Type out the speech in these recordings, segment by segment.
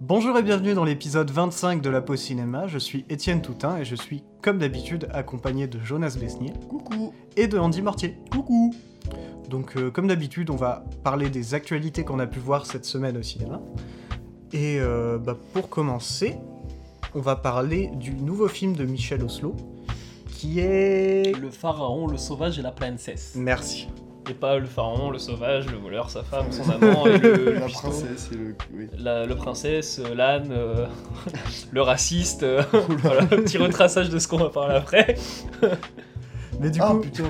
Bonjour et bienvenue dans l'épisode 25 de la Pause Cinéma. Je suis Étienne Toutin et je suis, comme d'habitude, accompagné de Jonas Besnier. Coucou Et de Andy Mortier. Coucou Donc, euh, comme d'habitude, on va parler des actualités qu'on a pu voir cette semaine au cinéma. Et euh, bah, pour commencer, on va parler du nouveau film de Michel Oslo, qui est. Le pharaon, le sauvage et la princesse. Merci. Et pas le pharaon, le sauvage, le voleur, sa femme, son amant et le, le La fiston. princesse et le... Oui. La- le princesse, euh, l'âne, euh, le raciste. euh, voilà, le petit retraçage de ce qu'on va parler après. Mais du Ah coup, putain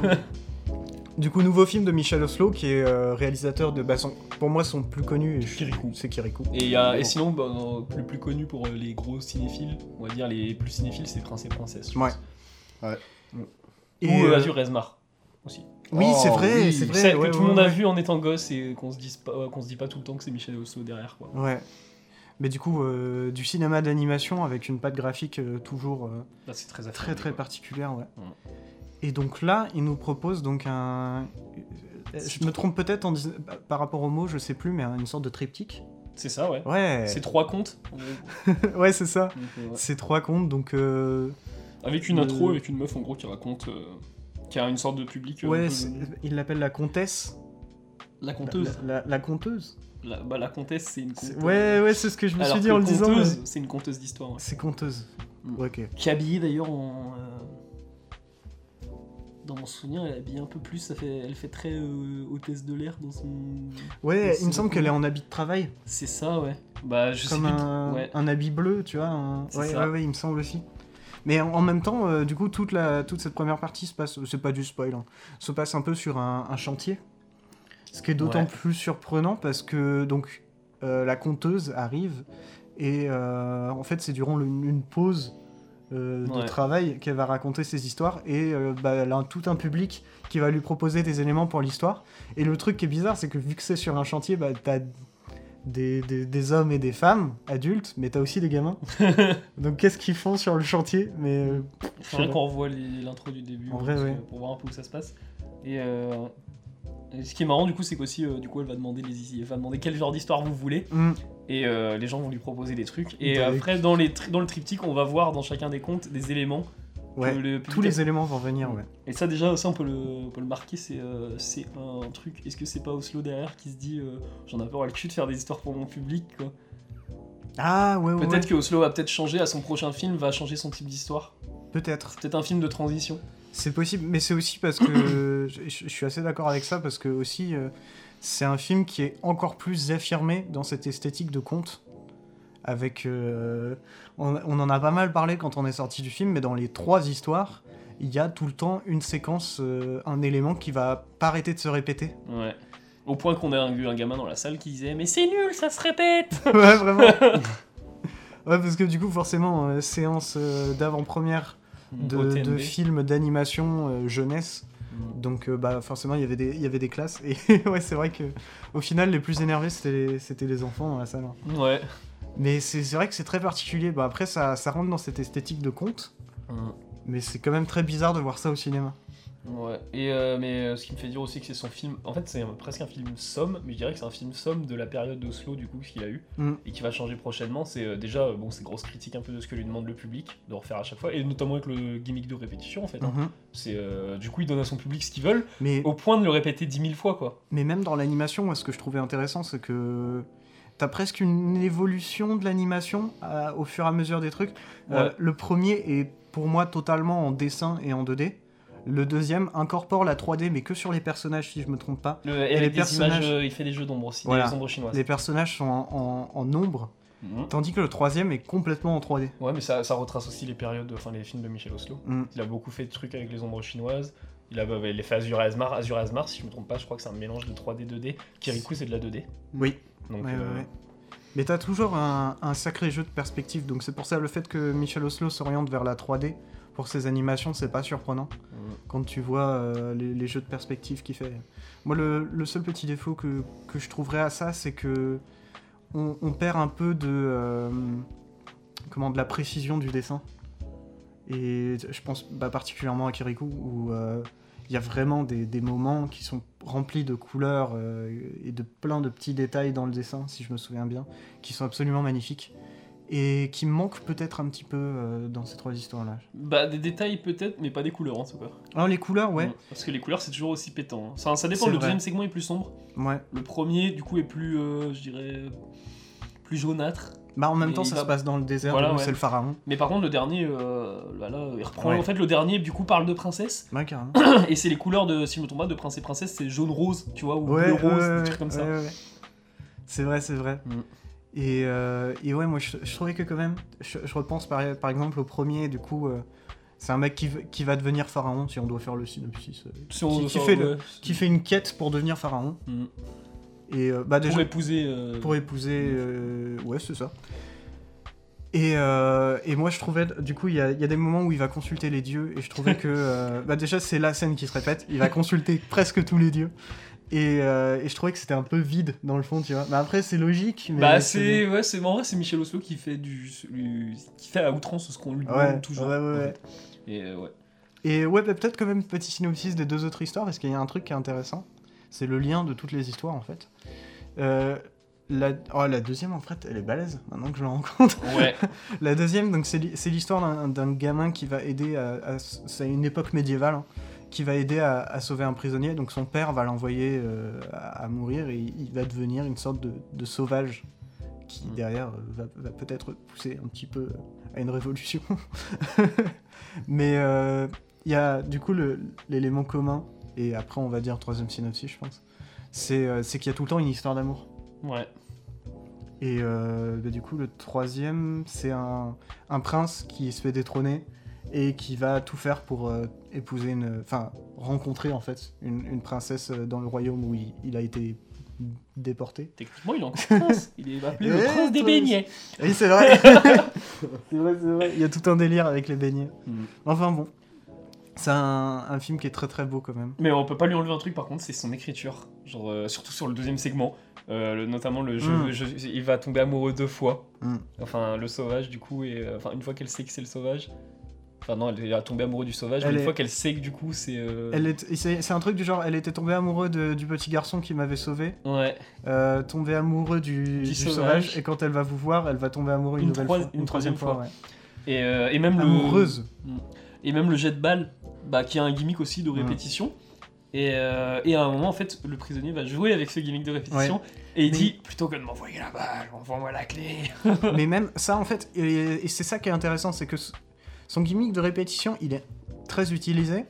du coup, nouveau film de Michel Oslo, qui est euh, réalisateur de. bah, son- pour moi, son plus connu. et je- Kirikou. C'est Kirikou. Et, il y a- et sinon, ben, euh, le plus connu pour euh, les gros cinéphiles, on va dire les plus cinéphiles, c'est Prince et Princesse. je Ouais. pense. Et, Ou euh, euh, Azur Esmar. Aussi. Oui, Oh, c'est vrai, oui. c'est vrai. Celle que ouais, tout ouais, le monde a ouais. vu en étant gosse et qu'on se, dise pas- euh, qu'on se dit pas tout le temps que c'est Michel Oslo derrière. Quoi. Ouais. Mais du coup, euh, du cinéma d'animation avec une patte graphique euh, toujours euh, Là, c'est très très affirmé, très quoi. particulière, ouais. Mm. Et donc là, il nous propose donc un. euh, Je me trompe peut-être en dis- bah, par rapport au mot, je sais plus, mais une sorte de triptyque. C'est ça, ouais. Ouais. C'est trois contes. ouais, c'est ça. Donc, euh, ouais. C'est trois contes, donc. euh, Avec une Euh, intro, avec une meuf en gros qui raconte, euh, qui a une sorte de public. euh, un Ouais, peu- c'est- il l'appelle la comtesse. la La- conteuse. La, la- la conteuse. La, bah, la comtesse, c'est une C'est- conteuse. Ouais, ouais, c'est ce que je me Alors suis dit que en le disant. conteuse, mais- c'est une conteuse d'histoire. ouais. C'est conteuse. Mm. Ok. Qui est habillée d'ailleurs en. euh, Dans mon souvenir, elle est habillée un peu plus. Ça fait, elle fait très euh, hôtesse de l'air dans son. Ouais, Mais il c'est me semble beaucoup- qu'elle est en habit de travail. C'est ça, ouais. Bah, je comme sais plus. un, ouais. un habit bleu, tu vois. un- C'est Ouais, ça. ouais, ouais, il me semble aussi. Mais en en même temps, euh, du coup, toute, la, toute cette première partie se passe, c'est pas du spoil, hein, se passe un peu sur un, un chantier. Ce qui est d'autant Ouais. plus surprenant parce que donc euh, la conteuse arrive et euh, en fait, c'est durant le- une pause euh, de Ouais. travail qu'elle va raconter ses histoires et euh, bah, elle a un- tout un public qui va lui proposer des éléments pour l'histoire. Et le truc qui est bizarre, c'est que vu que c'est sur un chantier, bah, t'as des, des- des hommes et des femmes adultes, mais t'as aussi des gamins. Donc qu'est-ce qu'ils font sur le chantier Mais euh, Il Je sais faudrait pas. qu'on revoie les- l'intro du début En hein, vrai, parce que- ouais. pour voir un peu où ça se passe. Et, euh, et ce qui est marrant du coup, c'est qu'aussi euh, du coup, elle va demander les, elle va demander quel genre d'histoire vous voulez, hmm, et euh, les gens vont lui proposer des trucs. Et Bah, après, dans, les tri- dans le triptyque, on va voir dans chacun des comptes des éléments. que ouais, le public tous a- les éléments vont venir, ouais. Et ça déjà, ça on peut le, on peut le marquer, c'est euh, c'est un truc. Est-ce que c'est pas Oslo derrière qui se dit, euh, j'en ai peur à le cul de faire des histoires pour mon public quoi. Ah ouais, ouais, Peut-être ouais, que Oslo va peut-être changer à son prochain film, va changer son type d'histoire. peut-être. C'est peut-être un film de transition. C'est possible, mais c'est aussi parce que je, je- je suis assez d'accord avec ça, parce que aussi euh, c'est un film qui est encore plus affirmé dans cette esthétique de conte. Avec, euh, on, on en a pas mal parlé quand on est sorti du film, mais dans les trois histoires, il y a tout le temps une séquence, euh, un élément qui va pas arrêter de se répéter. Ouais. Au point qu'on a un, un gamin dans la salle qui disait Mais c'est nul, ça se répète ouais, vraiment. ouais, parce que du coup, forcément, euh, séance euh, d'avant-première de, de OTMB. films d'animation euh, jeunesse. Mm. Donc, euh, bah, forcément, il y avait des- il y avait des classes. Et ouais, c'est vrai que au final, les plus énervés, c'était les, c'était les enfants dans la salle. hein. Ouais. Mais c'est c'est vrai que c'est très particulier. Bah, après, ça, ça rentre dans cette esthétique de conte. Mais c'est quand même très bizarre de voir ça au cinéma. Ouais. Et euh, mais euh, ce qui me fait dire aussi que c'est son film. En fait, c'est un- presque un film somme, mais je dirais que c'est un film somme de la période d'Oslo, du coup, qu'il a eu, Mm. et qui va changer prochainement. C'est euh, déjà, euh, bon, c'est grosse critique un peu de ce que lui demande le public, de refaire à chaque fois, et notamment avec le gimmick de répétition, en fait. hein. Mhm. C'est, euh, du coup, il donne à son public ce qu'ils veulent, Mais au point de le répéter dix mille fois, quoi. Mais même dans l'animation, moi, ce que je trouvais intéressant, c'est que t'as presque une évolution de l'animation à- au fur et à mesure des trucs. Euh, Ouais. le premier est pour moi totalement en dessin et en 2D. Le deuxième incorpore la 3D, mais que sur les personnages, si je me trompe pas. Le- et les avec des personnages- images, euh, il fait des jeux d'ombre aussi, Voilà. des ombres chinoises. Les personnages sont en, en- en ombre, Mhm. tandis que le troisième est complètement en 3D. Ouais, mais ça, ça retrace aussi les périodes, enfin les films de Michel Oslo. Mm. Il a beaucoup fait de trucs avec les ombres chinoises. Il a bah, il a fait Azur et Asmar. Azur et Asmar, si je me trompe pas, je crois que c'est un mélange de 3D, 2D. Kirikou, c'est de la 2D. Oui. Donc, Ouais, euh, ouais, ouais. Mais t'as toujours un, un sacré jeu de perspective, donc c'est pour ça le fait que Michel Oslo s'oriente vers la 3D pour ses animations, c'est pas surprenant. euh, quand tu vois euh, les, les jeux de perspective qu'il fait. Moi, le, le seul petit défaut que, que je trouverais à ça, c'est que on, on perd un peu de, euh, comment, de la précision du dessin. Et je pense bah, particulièrement à Kirikou, où euh, Il y a vraiment des, des moments qui sont remplis de couleurs euh, et de plein de petits détails dans le dessin, si je me souviens bien, qui sont absolument magnifiques et qui manquent peut-être un petit peu euh, dans ces trois histoires-là. Bah, des détails peut-être, mais pas des couleurs en tout cas. Alors Oh, les couleurs, ouais, Mm. Parce que les couleurs, c'est toujours aussi pétant. hein. Ça, ça dépend, C'est le vrai. deuxième segment est plus sombre. ouais. Le premier, du coup, est plus, euh, je dirais, euh, plus jaunâtre. Bah en même Mais temps, il ça va- se passe dans le désert, Voilà, donc ouais. c'est le pharaon. Mais par contre, le dernier, euh, bah là, il reprend. Ouais. En fait, le dernier, du coup, parle de princesse. Ouais, carrément. Et c'est les couleurs de, si je me trompe pas, de prince et princesse, c'est jaune-rose, tu vois, ou Ouais, bleu-rose, ouais, des ouais, trucs comme ça. ouais, ouais, ouais. C'est vrai, c'est vrai. Mm. Et, euh, et ouais, moi je, je trouvais que quand même, je, je repense par, par exemple au premier, du coup, euh, c'est un mec qui, v- qui va devenir pharaon si on doit faire le synopsis. euh, Si on Qui- veut qui faire- fait le- ouais. qui fait une quête pour devenir pharaon. Mm. Et euh, bah déjà, Pour épouser. euh, pour épouser. euh, ouais, c'est ça. Et, euh, et moi, je trouvais, du coup, il y, a il y a des moments où il va consulter les dieux, et je trouvais que. euh, bah, déjà, c'est la scène qui se répète, il va consulter presque tous les dieux. Et, euh, et je trouvais que c'était un peu vide dans le fond, tu vois. Mais après, c'est logique. Mais Bah c'est ouais c'est en vrai c'est Michel Oslo qui fait du lui- qui fait à outrance ce qu'on lui demande Ouais, toujours. ouais, ouais, en ouais. fait. Et euh, ouais. Et ouais, bah, peut-être quand même petit synopsis des deux autres histoires, parce qu'il y a un truc qui est intéressant. C'est le lien de toutes les histoires, en fait. Euh, la... oh, la deuxième, en fait, elle est balèze, maintenant que je la rencontre. Ouais. La deuxième, donc c'est l'hi- c'est l'histoire d'un- d'un gamin qui va aider à, à s- c'est une époque médiévale, hein, qui va aider à, à sauver un prisonnier. Donc son père va l'envoyer euh, à, à mourir et il il va devenir une sorte de, de sauvage qui Mm. derrière euh, va, va peut-être pousser un petit peu euh, à une révolution. Mais euh, il y a du coup le- l'élément commun et après on va dire troisième synopsis, je pense. C'est euh, c'est qu'il y a tout le temps une histoire d'amour. Ouais. Et euh, bah, du coup, le troisième, c'est un, un prince qui se fait détrôner et qui va tout faire pour euh, épouser une. Enfin, rencontrer en fait une, une princesse euh, dans le royaume où il, il a été déporté. Techniquement il est encore prince. Il est appelé le Eh, prince des toi, beignets. Oui, c'est vrai C'est vrai, c'est vrai. Il y a tout un délire avec les beignets. Mm. Enfin bon. C'est un, un film qui est très très beau quand même. Mais on peut pas lui enlever un truc par contre c'est son écriture. Genre euh, surtout sur le deuxième segment. Euh, le- notamment le je- Mm. je- il va tomber amoureux deux fois. Mm. Enfin le sauvage du coup et euh, enfin une fois qu'elle sait que c'est le sauvage. Enfin non elle va tomber amoureuse du sauvage. mais Elle une est- fois qu'elle sait que du coup c'est. euh, Elle est- C'est c'est un truc du genre, elle était tombée amoureuse de- du petit garçon qui m'avait sauvé, Ouais. euh, tombée amoureuse du, du sauvage. sauvage. et quand elle va vous voir, elle va tomber amoureuse une, Une nouvelle troi- fois. une troisième fois. ouais. Et, euh, et même le. amoureuse. Et même le jet de balle, bah, qui a un gimmick aussi de Ouais. répétition. Et, euh, et à un moment, en fait, le prisonnier va jouer avec ce gimmick de répétition. Et il Mais- dit plutôt que de m'envoyer la balle, envoie-moi la clé. Mais même ça, en fait, et, et c'est ça qui est intéressant, c'est que s- son gimmick de répétition, il est très utilisé,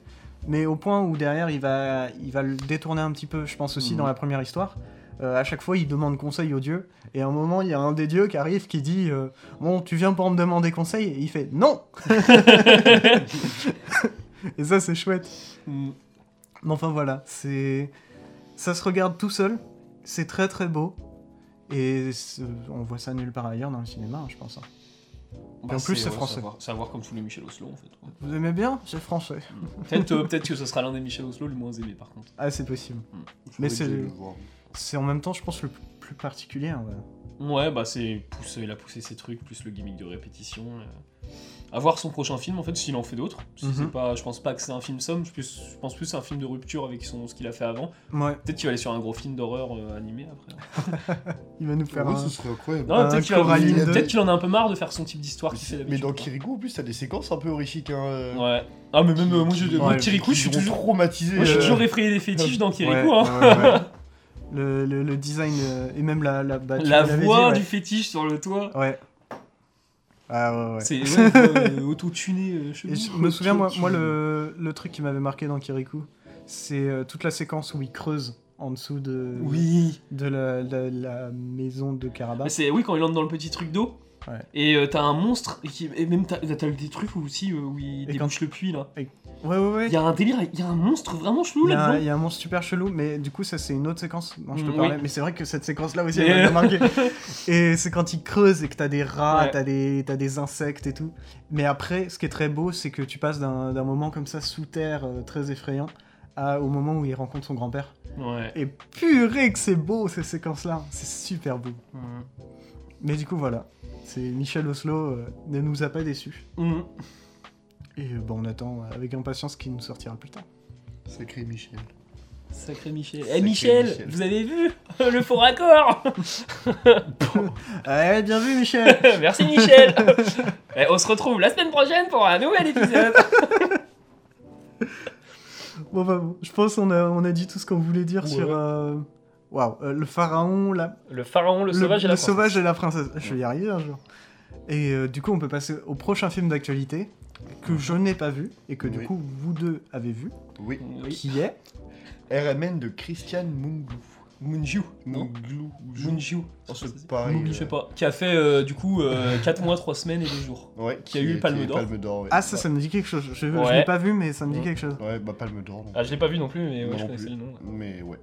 mais au point où derrière, il va, il va le détourner un petit peu, je pense aussi Mhm. dans la première histoire. Euh, à chaque fois, il demande conseil aux dieux, et à un moment, il y a un des dieux qui arrive qui dit euh, Bon, tu viens pour me demander conseil Et il fait Non Et ça, c'est chouette. Mm. Mais enfin voilà, c'est ça se regarde tout seul, c'est très très beau et c'est- on voit ça nulle part ailleurs dans le cinéma, hein, je pense. hein. Bah, en plus, c'est ouais, français. Savoir, savoir comme tous les Michel Oslo, en fait. ouais. Vous aimez bien C'est français. Mm. Peut-être euh, peut-être que ce sera l'un des Michel Oslo le moins aimé, par contre. Ah, c'est possible. Faudrait que c'est- j'aille le voir. C'est en même temps, je pense, le p- plus particulier. hein, ouais. Ouais, bah, c'est poussé, il a poussé ses trucs, plus le gimmick de répétition. euh. À voir son prochain film, en fait, s'il en fait d'autres. Si Mhm. c'est pas, je pense pas que c'est un film somme, je, plus- je pense plus que c'est un film de rupture avec son, ce qu'il a fait avant. Ouais, Peut-être qu'il va aller sur un gros film d'horreur euh, animé après. il va nous faire Ouais, un... ce serait incroyable. Non, Un peut-être qu'il va- Coraline peut-être 2. qu'il en a un peu marre de faire son type d'histoire qu'il fait d'habitude. mais dans quoi. Kirikou, en plus, t'as des séquences un peu horrifiques. Hein, euh, Ouais. Ah, mais même euh, moi, je, qui- moi, ouais, Kirikou, je suis qui ont toujours. traumatisé. Moi, je suis euh, toujours effrayé des fétiches dans Ouais, Kirikou. hein. ouais, ouais, ouais. Le, le- le design euh, et même la la, bah, tu La me l'avais voix dit, du fétiche sur le toit. ouais. ouais. Ah ouais ouais. C'est ouais, euh, auto-tuné euh, chelou. Et je me souviens, moi, moi, le, le truc qui m'avait marqué dans Kirikou, c'est euh, toute la séquence où il creuse en dessous de, Oui. de la, la- la maison de Mais Karabakh. c'est oui quand il entre dans le petit truc d'eau. Bah. Ouais. Et euh, t'as un monstre et, qui, et même t'as t'as des trucs où aussi euh, où il quand- débouche le puits là. Ouais, ouais, ouais. Il y a un délire, il y a un monstre vraiment chelou Il y, a, là-dedans. il y a un monstre super chelou, mais du coup, ça, c'est une autre séquence dont je te Mm, parlais. oui. Mais c'est vrai que cette séquence-là aussi, Et- elle m'a marqué. et c'est quand il creuse et que t'as des rats, Ouais. t'as des, t'as des insectes et tout. Mais après, ce qui est très beau, c'est que tu passes d'un d'un moment comme ça, sous terre, euh, très effrayant, à, au moment où il rencontre son grand-père. Ouais. Et purée que c'est beau, ces séquences-là. C'est super beau. Mhm. Mais du coup, voilà. C'est Michel Oslo euh, ne nous a pas déçus. Mhm. Et euh, bon, on attend avec impatience qu'il nous sortira plus tard. Sacré Michel. Sacré Michel. Eh Sacré Michel, Michel. vous avez vu le faux raccord Ouais, bien vu, Michel Merci Michel Eh, On se retrouve la semaine prochaine pour un nouvel épisode Bon, bah, bon, je pense qu'on a, on a dit tout ce qu'on voulait dire Ouais. sur. euh, Waouh, euh, le pharaon, la... Le pharaon, le, sauvage et la princesse. et la princesse. Je vais y arriver un jour. Et euh, du coup, on peut passer au prochain film d'actualité que je n'ai pas vu et que du Oui. coup vous deux avez vu, Oui. Oui. qui est RMN de Christian Munglou. Moonju, non Munglou. Moonju. Oh, c'est Je pareil. sais pas. Qui a fait euh, du coup 4 mois, 3 semaines et 2 jours. euh, Ouais, Qui a eu le Palme était d'Or. Palme d'Or, ouais. ah ça, ça me dit quelque chose. Je, je Ouais. l'ai pas vu, mais ça me dit Ouais. quelque chose. Ouais, bah Palme d'Or. donc. Ah, je l'ai pas vu non plus, mais ouais, Moi je non connaissais plus. le nom. là. Mais ouais.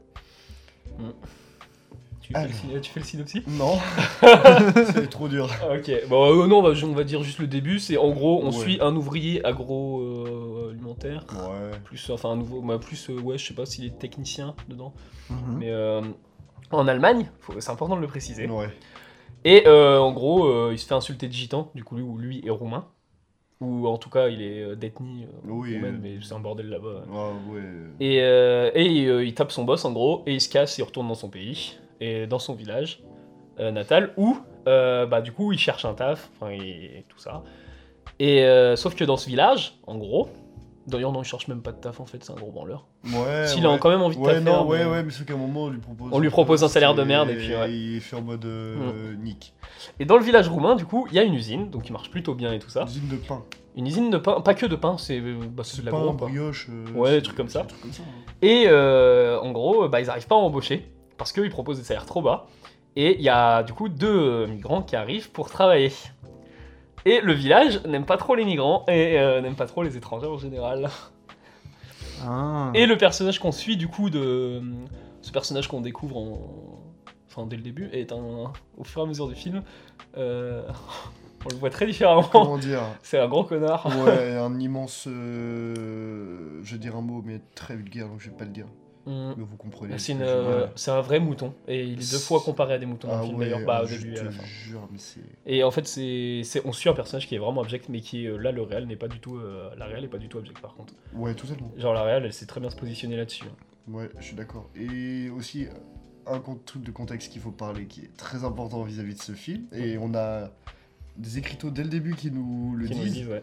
Tu fais, le, Alors. syno- tu fais le synopsis Non, c'est trop dur. Ah, Ok, bon, euh, non, on va, on va dire juste le début. C'est en gros, on Ouais. suit un ouvrier agroalimentaire. Ouais. plus, enfin, un nouveau, bah, plus, euh, ouais, je sais pas s'il est technicien dedans. Mhm. Mais euh, en Allemagne, faut- c'est important de le préciser. Hmm. Ouais. Et euh, en gros, euh, il se fait insulter de gitan, du coup, lui, ou lui est roumain. Ou en tout cas, il est euh, d'ethnie euh, Oui, roumaine, euh, mais c'est un bordel là-bas. Ah ouais. euh, Et, euh, et, euh, il tape son boss en gros, et il se casse, il retourne dans son pays, et dans son village euh, natal, où euh, bah, du coup il cherche un taf, enfin et, et tout ça. Et euh, sauf que dans ce village, en gros, d'ailleurs non, il cherche même pas de taf en fait, c'est un gros branleur. Ouais. S'il ouais. a quand même envie de Ouais, taffer, non, hein, ouais, mais- ouais, mais sauf qu'à un moment, on lui propose. On lui propose un salaire de merde, et puis, ouais. Mm. Il fait en mode euh, Nick. Et dans le village roumain, du coup, il y a une usine, donc il marche plutôt bien et tout ça. Usine de pain. Une usine de pain, pas que de pain, c'est euh, bah, c'est de la pain, gros, quoi. brioche. euh, Ouais, des c'est- trucs comme ça. des trucs comme ça, hein. Et euh, en gros, bah, ils n'arrivent pas à embaucher parce qu'ils proposent des salaires trop bas. Et il y a du coup deux euh, migrants qui arrivent pour travailler. Et le village n'aime pas trop les migrants et euh, n'aime pas trop les étrangers en général. Ah. Et le personnage qu'on suit du coup de euh, ce personnage qu'on découvre en... enfin dès le début est un au fur et à mesure du film euh, on le voit très différemment. Comment dire C'est un gros connard. Ouais, un immense. euh, je vais dire un mot, mais très vulgaire, donc je vais pas le dire. Mm. Mais vous comprenez. C'est ce une, que je veux euh, dire. c'est un vrai mouton et il est deux fois comparé à des moutons dans le Ah film ouais, d'ailleurs bah, au je début et à te la fin. jure, mais c'est. Et en fait, c'est, c'est- on suit un personnage qui est vraiment abject, mais qui est, euh, là, le réel n'est pas du tout, euh, la réelle n'est pas du tout abject par contre. Ouais, totalement. Genre la réelle, elle sait très bien se positionner là-dessus. hein. Ouais, je suis d'accord. Et aussi, un con- truc de contexte qu'il faut parler qui est très important vis-à-vis de ce film. Et on a des écriteaux dès le début qui nous le Qui nous disent. disent, ouais.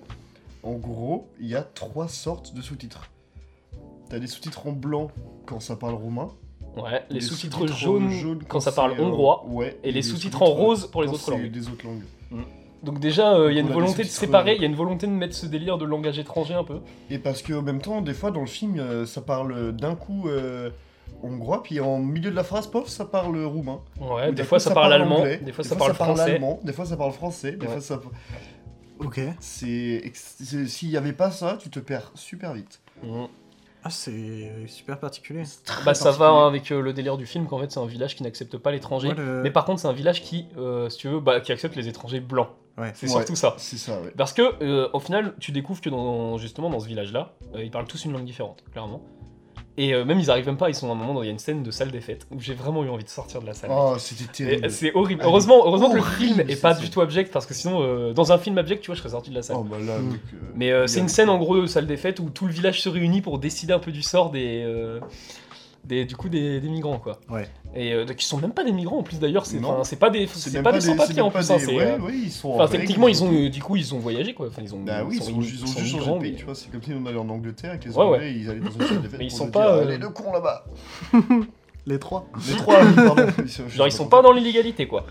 En gros, il y a trois sortes de sous-titres. T'as des sous-titres en blanc quand ça parle roumain. Ouais, les des sous-titres, jaunes, quand, ça c'est, parle euh, hongrois, ouais, et les des sous-titres en rose pour les quand autres c'est langues. Des autres langues. Donc déjà, euh, il y a On une a des volonté de sous-titres, séparer, euh, il y a une volonté de mettre ce délire de langage étranger un peu. Et parce que en même temps, des fois dans le film, euh, ça parle euh, d'un coup euh, hongrois, puis en milieu de la phrase, pof, ça parle roumain. Ouais, des Ou d'un fois coup, ça, parle allemand, anglais, des fois ça parle français. allemand, des fois ça parle français, des Ouais. fois ça. Ok. C'est ex- c'est- s'il y avait pas ça, tu te perds super vite. Mhm. Ah c'est super particulier. C'est très Bah ça va particulier. hein, avec euh, le délire du film qu'en fait c'est un village qui n'accepte pas l'étranger. Moi, le- Mais par contre c'est un village qui, euh, si tu veux, bah, qui accepte les étrangers blancs. Ouais. C'est Ouais. surtout ça. C'est ça, ouais. Parce que, euh, au final, tu découvres que dans, justement, dans ce village-là, euh, ils parlent tous une langue différente, clairement. Et euh, même, ils arrivent même pas, ils sont à un moment dans il y a une scène de salle des fêtes où j'ai vraiment eu envie de sortir de la salle. Oh, Et, c'était euh, terrible. c'est horrible. Elle est Heureusement, heureusement que le horrible, film est cette pas scène. du tout abject parce que sinon, euh, dans un film abject, tu vois, je serais sorti de la salle. Oh, bah là, Mm. donc, euh, Mais euh, il y c'est a- une scène en gros de salle des fêtes où tout le village se réunit pour décider un peu du sort des, euh, des du coup des, des migrants quoi. Ouais. Et euh, qui sont même pas des migrants en plus d'ailleurs. C'est Non. enfin, c'est pas des c'est même pas, des c'est sans-papiers même en pas plus. hein, des- c'est, ouais, euh, ouais, ils sont en Enfin, règle, techniquement, ils sont- ont, euh, du coup, ils ont voyagé quoi. Enfin, ils ont, Bah oui, ils, ont, ils ont juste changé migrants, de pays, mais- tu vois, c'est comme si on allait en Angleterre et que les Ouais, ouais. Anglais ils allaient dans une salle de fête Mais ils pour sont se pas, dire, euh, Allez, le con là-bas Les trois. Les trois, oui, pardon. Ils sont- je Genre, sais ils sont pas pourquoi. dans l'illégalité quoi.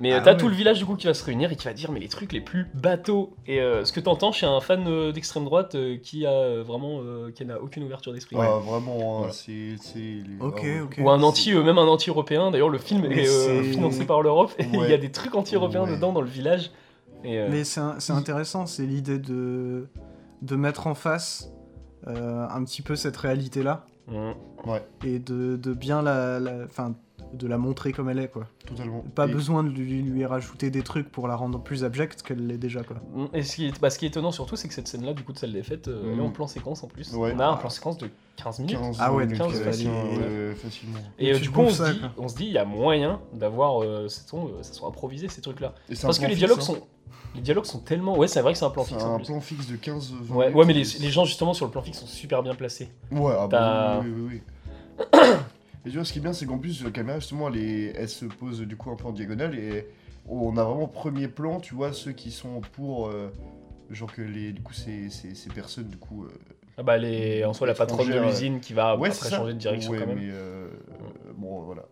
Mais euh, Ah t'as ouais. tout le village du coup qui va se réunir et qui va dire mais les trucs les plus bateaux. Et euh, ce que t'entends chez un fan euh, d'extrême droite euh, qui a euh, vraiment euh, qui n'a aucune ouverture d'esprit. Ah, vraiment, hein, Voilà. c'est. c'est les- Ok ah ouais. ok. Ou un anti, euh, même un anti-européen. D'ailleurs, le film Mais est euh, c'est- financé par l'Europe et il y a Ouais. des trucs anti-européens Ouais. dedans dans le village. Et, euh, Mais c'est un- c'est il- intéressant, c'est l'idée de de mettre en face euh, un petit peu cette réalité là mm. et de, de bien la, la- enfin de la montrer comme elle est quoi. Totalement. Pas Et- besoin de lui, lui rajouter des trucs pour la rendre plus abjecte qu'elle l'est déjà quoi. Et ce qui, est, bah, ce qui est étonnant surtout, c'est que cette scène-là, du coup, de salle des fêtes, euh, elle est Mm. en plan séquence en plus. Ouais. On a un plan séquence de 15 minutes. 15, Ah ouais, donc, donc, euh, euh, facilement, les- ouais, facilement. Et euh, Tu du te coup, on gonfles se ça, dit, quoi. on se dit, il y a moyen d'avoir, euh, c'est- on, euh, ça soit improvisé ces trucs-là. Et c'est un Parce que plan les fixe, dialogues hein. sont Les dialogues sont tellement. Ouais, c'est vrai que c'est un plan C'est fixe. en un plus. plan fixe de 15 20 Ouais, minutes, ouais, mais les, c'est- les gens justement sur le plan fixe sont super bien placés. Ouais, ah t'as- bah oui, oui, oui. oui. et tu vois, ce qui est bien, c'est qu'en plus, la caméra, justement, elle, est- elle se pose du coup un peu en diagonale et on a vraiment premier plan, tu vois, ceux qui sont pour. euh, genre que les. Du coup, ces, ces, ces personnes, du coup. euh, Ah bah les, en soi la patronne de Étrangère, l'usine qui va Ah, ouais, après c'est ça. changer de direction Ouais, quand même. mais euh, euh, bon, voilà.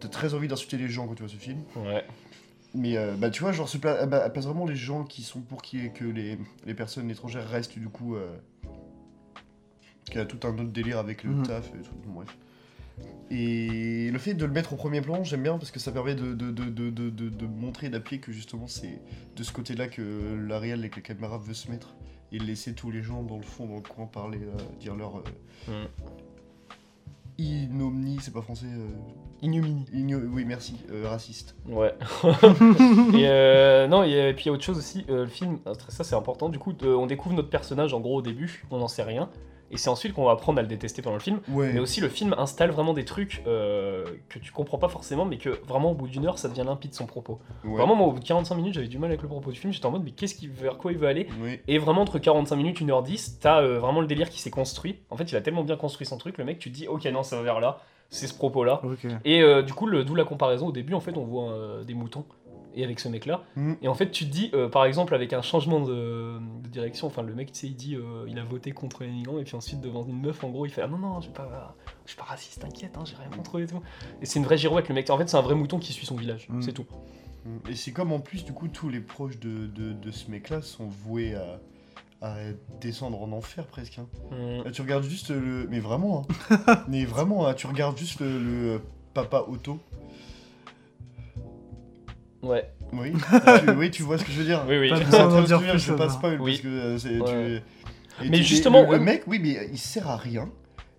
T'as très envie d'insulter les gens quand tu vois ce film. Ouais. Mais euh, bah, tu vois, genre, se pla- bah, elle place vraiment les gens qui sont pour qui que les, les personnes étrangères restent, du coup. Euh, qui a tout un autre délire avec le Mhm. taf et tout. bon, bref. Et le fait de le mettre au premier plan, j'aime bien parce que ça permet de, de, de, de, de, de- de montrer, d'appuyer que justement c'est de ce côté-là que la réelle avec la caméra veut se mettre et laisser tous les gens dans le fond, dans le coin, parler, euh, dire leur. euh, Mhm. Inomnie, c'est pas français. euh, Ignominie. igno- oui, merci, euh, raciste. Ouais. et euh, non, et, euh, puis il y a autre chose aussi, euh, le film, ça c'est important, du coup de- on découvre notre personnage en gros au début, on n'en sait rien, et c'est ensuite qu'on va apprendre à le détester pendant le film, Ouais. mais aussi le film installe vraiment des trucs euh, que tu comprends pas forcément, mais que vraiment au bout d'une heure ça devient limpide son propos. ouais. Vraiment moi au bout de 45 minutes j'avais du mal avec le propos du film, j'étais en mode mais qu'est-ce qu'il vers quoi il veut aller Oui. Et vraiment, entre 45 minutes, 1h10, t'as euh, vraiment le délire qui s'est construit. En fait, il a tellement bien construit son truc, le mec, tu te dis, ok, non, ça va vers là, c'est ce propos-là. Ok. Et euh, du coup, le- d'où la comparaison, au début, en fait, on voit euh, des moutons, et avec ce mec-là. Mm. Et en fait, tu te dis, euh, par exemple, avec un changement de, de direction, enfin, le mec, tu sais, il dit, euh, il a voté contre les migrants, et puis ensuite, devant une meuf, en gros, il fait, ah non, non, je suis pas, je suis pas raciste, t'inquiète, hein, j'ai rien contre eux et tout. Et c'est une vraie girouette, le mec. En fait, c'est un vrai mouton qui suit son village, Mm. c'est tout. Mm. Et c'est comme en plus, du coup, tous les proches de, de, de ce mec-là sont voués à, à descendre en enfer presque. hein. Mm. Là, tu regardes juste le. Mais vraiment, hein. Mais vraiment, hein, tu regardes juste le, le euh, papa Otto. Ouais. Oui. Ah, tu, oui, tu vois ce que je veux dire. Oui, oui. Pas Je de- suis en train de On va te dire dire, plus, je ça passe va. pas Oui. parce que euh, c'est- tu- Ouais. et Mais tu- justement, euh, le, le ouais. mec, oui, mais il sert à rien.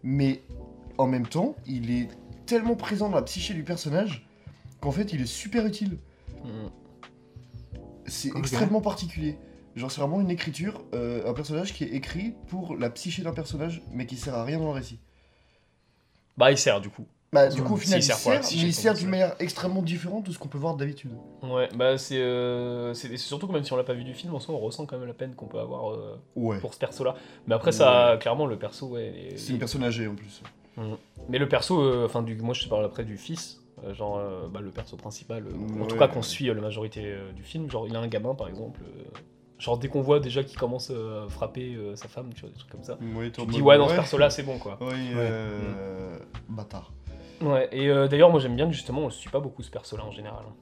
Mais en même temps, il est tellement présent dans la psyché du personnage qu'en fait, il est super utile. Mm. C'est Ok. extrêmement particulier. Genre, c'est vraiment une écriture, euh, un personnage qui est écrit pour la psyché d'un personnage, mais qui sert à rien dans le récit. Bah, il sert, du coup. Bah, du Ouais. coup, au final, il S'il sert, sert pour la mais psyché de il son sert d'une personnage. manière extrêmement différente de ce qu'on peut voir d'habitude. Ouais, bah c'est euh, c'est c'est surtout que même si on l'a pas vu du film, en soi on ressent quand même la peine qu'on peut avoir euh, Ouais. pour ce perso-là. Mais après ça, clairement le perso, ouais. il est- C'est une personne âgée en plus. Mais le perso, euh, enfin du, moi je te parle après du fils, euh, genre euh, bah, le perso principal, euh, en tout Ouais. cas qu'on suit euh, la majorité euh, du film, genre il a un gamin par exemple, euh, genre dès qu'on voit déjà qu'il commence euh, à frapper euh, sa femme, tu vois des trucs comme ça. Ouais, Tu te dis ouais dans ce perso-là c'est bon quoi. Ouais, euh, Bâtard. Ouais. Et euh, d'ailleurs moi j'aime bien que justement on le suit pas beaucoup ce perso-là en général. hein.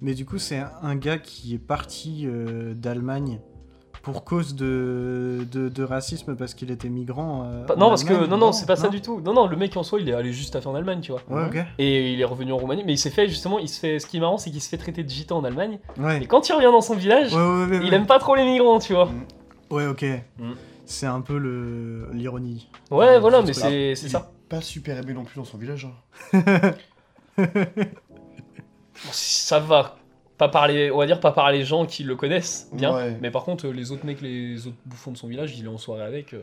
Mais du coup, c'est un- un gars qui est parti euh, d'Allemagne pour cause de, de, de racisme parce qu'il était migrant. euh, Pas- en non parce que Allemagne, non non c'est pas ça du tout. Non non le mec en soi il est allé juste à faire en Allemagne tu vois. Ouais, ok. Et il est revenu en Roumanie, mais il s'est fait justement, il se fait, ce qui est marrant, c'est qu'il se fait traiter de gitan en Allemagne. Ouais. Et quand il revient dans son village, Ouais, ouais, ouais, ouais. il aime pas trop les migrants, tu vois. Ouais, ok. Mm. C'est un peu le l'ironie. Ouais, Ouais, voilà, c'est mais ça. c'est c'est Il ça. est Pas super aimé non plus dans son village. hein. Bon, Ça va. Pas par les, on va dire pas par les gens qui le connaissent bien, Ouais. mais par contre euh, les autres mecs, les autres bouffons de son village, il est en soirée avec. euh.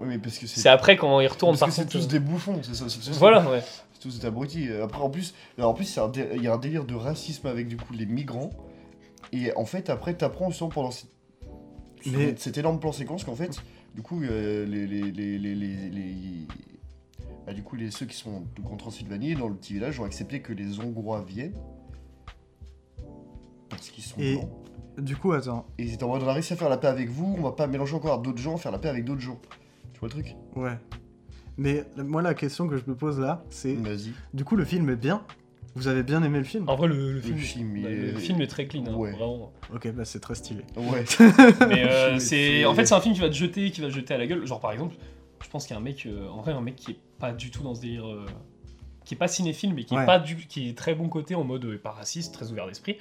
Ouais, mais parce que c'est. C'est après quand il retourne Parce par que c'est contre. tous euh, des bouffons, c'est ça. c'est- c'est ça. Voilà, ouais. C'est tous des abrutis. Euh, Après, en plus, alors, en plus c'est un dé- il y a un délire de racisme avec du coup les migrants. Et en fait, après, t'apprends justement pendant cette, Mais- cet énorme plan séquence qu'en fait, du coup, euh, les, les, les, les, les- les- bah, du coup, les, ceux qui sont donc, en Transylvanie, dans le petit village, ont accepté que les Hongrois viennent. Parce qu'ils sont Et- blancs. Du coup, attends. Et ils étaient en mode, on a réussi à faire la paix avec vous, on va pas mélanger encore à d'autres gens, faire la paix avec d'autres gens. Tu vois le truc Ouais. Mais la- moi, la question que je me pose là, c'est Vas-y. du coup, le film est bien Vous avez bien aimé le film En vrai, le, le film, film, il bah, est- le film est très clean, hein, Ouais. vraiment. Ok, bah c'est très stylé. Ouais. Mais euh, Mais c'est, c'est- en fait, c'est un film qui va te jeter, qui va te jeter à la gueule. Genre par exemple, je pense qu'il y a un mec, euh, en vrai, un mec qui est pas du tout dans ce délire, euh, qui est pas cinéphile, mais qui Ouais. est pas du, qui est très bon côté en mode euh, pas raciste, très ouvert d'esprit.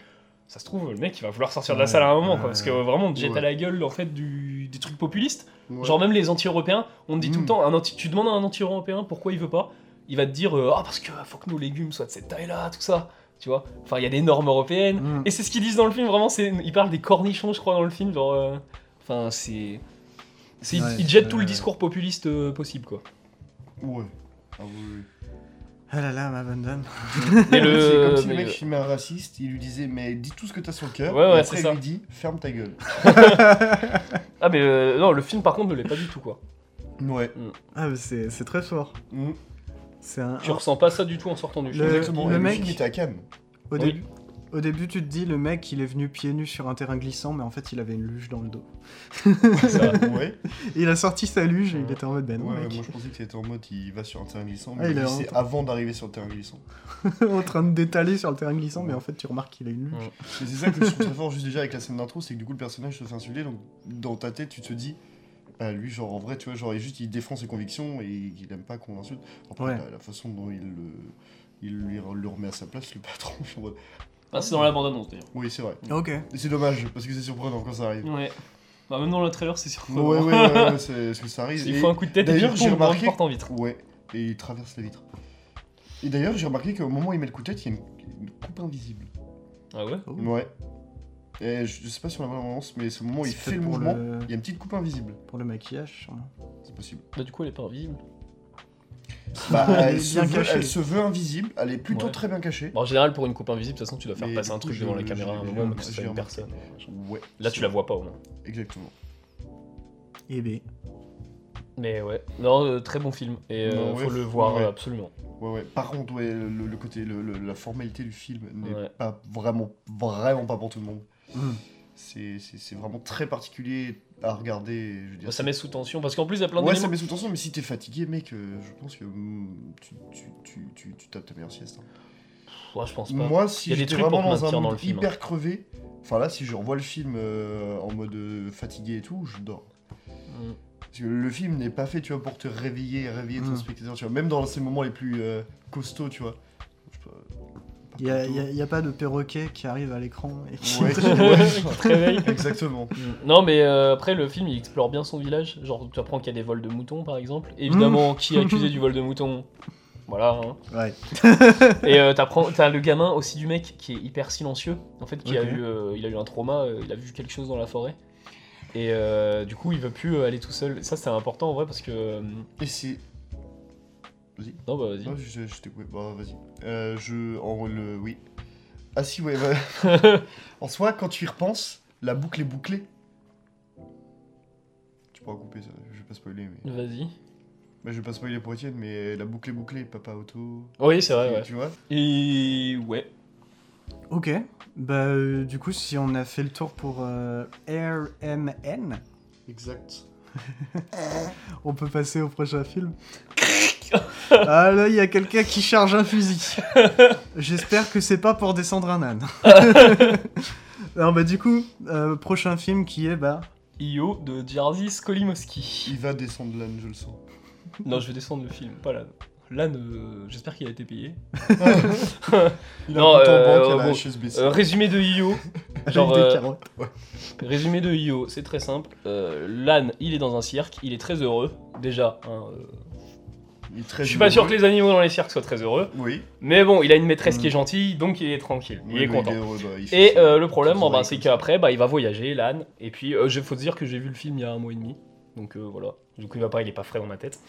Ça se trouve, le mec, il va vouloir sortir de la Ouais. salle à un moment, quoi, Ouais. parce que euh, vraiment, on te jette Ouais. à la gueule en fait du, des trucs populistes. Ouais. Genre même les anti-européens, on te dit tout le Mm. temps, un anti, tu demandes à un anti-européen pourquoi il veut pas, il va te dire euh, ah parce que faut que nos légumes soient de cette taille-là, tout ça. Tu vois, enfin il y a des normes européennes. Mm. Et c'est ce qu'ils disent dans le film, vraiment, c'est ils parlent des cornichons, je crois, dans le film, genre... euh, Enfin, c'est... c'est- ils- Ouais, ils jettent tout le euh, discours populiste euh, possible, quoi. Ouais. Ah oui, oui. Ah là là, ma Van Damme. Mais C'est comme le. si le mais- mec filmait un raciste, il lui disait mais dis tout ce que t'as sur le cœur, Ouais, ouais, et c'est après il ça. lui dit ferme ta gueule. Ah, mais euh, non, le film par contre ne l'est pas du tout quoi. Ouais. Ah, mais c'est c'est très fort. Mm. C'est un. Tu ressens pas ça du tout en sortant du film. Le- Exactement. le Et mec- film était à Cannes. Au, Oui. début, au début, tu te dis, le mec, il est venu pieds nus sur un terrain glissant, mais en fait, il avait une luge dans le dos. Ça. ouais. Il a sorti sa luge et il Ouais. était en mode, ben non, Ouais, mec, moi je pensais que c'était en mode il va sur un terrain glissant, Ah, mais il a lui, c'est longtemps. avant d'arriver sur le terrain glissant. en train de détaler sur le terrain glissant, mais en fait, tu remarques qu'il a une luge. Ouais. Et c'est ça que je trouve très fort juste déjà avec la scène d'intro, c'est que du coup le personnage se fait insulter, donc dans ta tête tu te dis, bah lui genre en vrai tu vois, genre il juste il défend ses convictions et il aime pas qu'on l'insulte. Après bah, Ouais. la, la façon dont il le, il lui re- le remet à sa place, le patron, je suis en mode, Ah, c'est dans la bande annonce d'ailleurs. oui c'est vrai. Ok. Et C'est dommage parce que c'est surprenant quand ça arrive. Ouais. Bah, même dans le trailer, c'est Ouais surprenant. ouais ouais, ouais, ouais, c'est parce que ça arrive. Il et- faut un coup de tête et puis D'ailleurs, il j'ai tombe dans une remarqué- porte en vitre. Ouais, et il traverse la vitre. Et d'ailleurs j'ai remarqué qu'au moment où il met le coup de tête, il y a une, une coupe invisible. Ah ouais Oh. Ouais. Et je, je sais pas sur la bonne annonce, mais c'est au moment où il C'est fait peut-être le pour mouvement, le- il y a une petite coupe invisible. Pour le maquillage, sûrement. C'est possible. Bah, du coup, elle est pas invisible. Bah, Elle est elle, se bien veut, cachée. elle se veut invisible, elle est plutôt Ouais. très bien cachée. Bon, en général, pour une coupe invisible, de toute façon, tu dois faire Mais passer du un coup, truc je- devant la je- caméra à un je- moment, je- même que ce je soit l'ai une remarqué. personne. Ouais. Là, tu la vois pas au moins. Exactement. Eh ben, Mais ouais. Non, euh, très bon film. Et euh, Non, ouais, faut le faut- voir ouais. euh, absolument. Ouais, ouais. Par contre, ouais, le, le côté, le- le- la formalité du film n'est Ouais. pas vraiment, vraiment pas pour tout le monde. Hmm. C'est c'est- c'est vraiment très particulier à regarder. et Je veux dire, Ça met sous tension parce qu'en plus, il y a plein ouais, ça d'éléments. met sous tension, mais si t'es fatigué, mec, euh, je pense que mm, tu, tu, tu, tu, tu tapes ta meilleure sieste. hein. Ouais, je pense pas. Il Moi, y si a des j'étais trucs pour vraiment te dans maintenir un dans le monde film, hein. hyper crevé, enfin là, si je revois le film euh, en mode euh, fatigué et tout, je dors. Mm. Parce que le film n'est pas fait, tu vois, pour te réveiller, réveiller ton Mm. spectateur, tu vois. Même dans ces moments les plus euh, costauds, tu vois. Je sais pas, pas il y a, costaud. y a- y a pas de perroquet qui arrive à l'écran et qui. Ouais, Qui te réveille. Exactement. Mm. Non, mais euh, après, le film, il explore bien son village. Genre, tu apprends qu'il y a des vols de moutons, par exemple. Mm. Évidemment, qui est accusé du vol de moutons Voilà. hein. Ouais. Et euh, t'apprends- t'as le gamin aussi du mec qui est hyper silencieux, en fait, qui a Ok. eu, euh, il a eu un trauma, euh, il a vu quelque chose dans la forêt. Et euh, du coup, il veut plus euh, aller tout seul. Ça, c'est important en vrai parce que. euh, Et c'est. Non, bah vas-y. Non, je, je t'ai coupé. Bah, vas-y. Euh, je. En le. Oui. Ah, si, ouais. bah, en soi, quand tu y repenses, la boucle est bouclée. Tu pourras couper ça, je vais pas spoiler, mais. vas-y. Bah, je vais pas spoiler pour Etienne, mais la boucle est bouclée, papa auto. Oui, c'est vrai, ouais. Tu vois Et ouais. Ok. Bah, euh, du coup, si on a fait le tour pour euh, RMN, Exact. on peut passer au prochain film. ah là, il y a quelqu'un qui charge un fusil. J'espère que c'est pas pour descendre un âne. non, bah, du coup, euh, prochain film qui est, bah. Io de Jerzy Skolimowski. Il va descendre l'âne, je le sens. Non, je vais descendre le film, pas l'âne. L'âne, euh, j'espère qu'il a été payé. Il a Non, un compte euh, en banque à la bon, HSBC. Euh, résumé de Io. avec Genre, des euh, carottes. Résumé de Io, c'est très simple. Euh, l'âne, il est dans un cirque, il est très heureux. Déjà, hein, euh, Il est très je suis pas sûr heureux. que les animaux dans les cirques soient très heureux. Oui. Mais bon, il a une maîtresse qui est gentille, donc il est tranquille, il Oui, est bah, content. heureux, bah, il fait Et ça. euh, le problème, Ses bon, bah, oreilles c'est comme qu'après, bah, il va voyager, l'âne. Et puis, euh, je- faut dire que j'ai vu le film il y a un mois et demi. Donc euh, voilà. Du coup, il va pas, il est pas frais dans ma tête.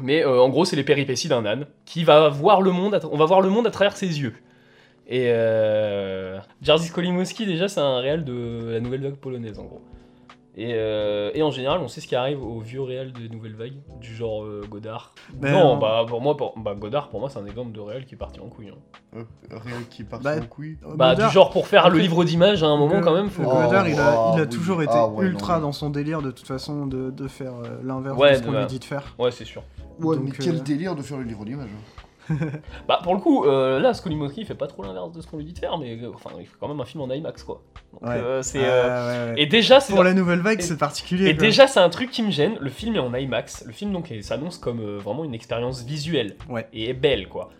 Mais euh, en gros, c'est les péripéties d'un âne qui va voir le monde. à tra- On va voir le monde à travers ses yeux. Et euh, Jerzy Skolimowski, déjà, c'est un réel de la nouvelle vague polonaise, en gros. Et, euh, et en général, on sait ce qui arrive aux vieux réels des nouvelles vagues, du genre euh, Godard. Ben, non, on- bah pour moi, pour- bah, Godard, pour moi, c'est un exemple de réel qui est parti en couille. hein. Hop, rien qui part Bah, en couille. Bah, Godard- du genre pour faire le Après, livre d'images à un moment Le- quand même, faut. le Godard, Oh, il a, il a oui. toujours été Ah, ouais, ultra non, mais- dans son délire de toute façon de, de faire euh, l'inverse Ouais, de bah. ce qu'on de- lui dit de faire. Ouais, c'est sûr. Ouais, mais Donc, quel euh, délire de faire le livre d'images. hein. Bah pour le coup, euh, là, Skolimowski il fait pas trop l'inverse de ce qu'on lui dit de faire, mais euh, enfin, il fait quand même un film en IMAX quoi. Donc, Ouais. euh, c'est. euh, Ah, ouais, ouais. Et déjà, c'est. Pour la nouvelle vague, et- c'est particulier. Et quoi. déjà, c'est un truc qui me gêne. Le film est en IMAX. Le film donc est- s'annonce comme euh, vraiment une expérience visuelle Ouais. et est belle quoi.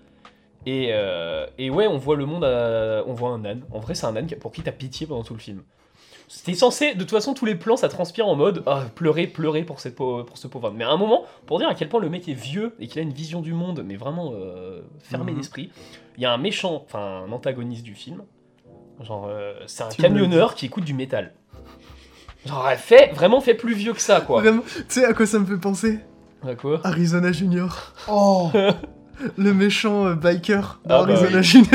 Et, euh, et ouais, on voit le monde, à- on voit un âne. En vrai, c'est un âne pour qui t'as pitié pendant tout le film. C'était censé, de toute façon, tous les plans, ça transpire en mode ah, pleurer, pleurer pour, cette pau- pour ce pauvre homme. Mais à un moment, pour dire à quel point le mec est vieux et qu'il a une vision du monde, mais vraiment euh, fermée Mhm. d'esprit, il y a un méchant, enfin un antagoniste du film. Genre, euh, c'est un Tu me l'as camionneur qui écoute du métal. Genre, elle fait, vraiment fait plus vieux que ça, quoi. Vraiment, tu sais à quoi ça me fait penser À quoi Arizona Junior. Oh le méchant euh, biker dans Ah bah Arizona oui. Junior.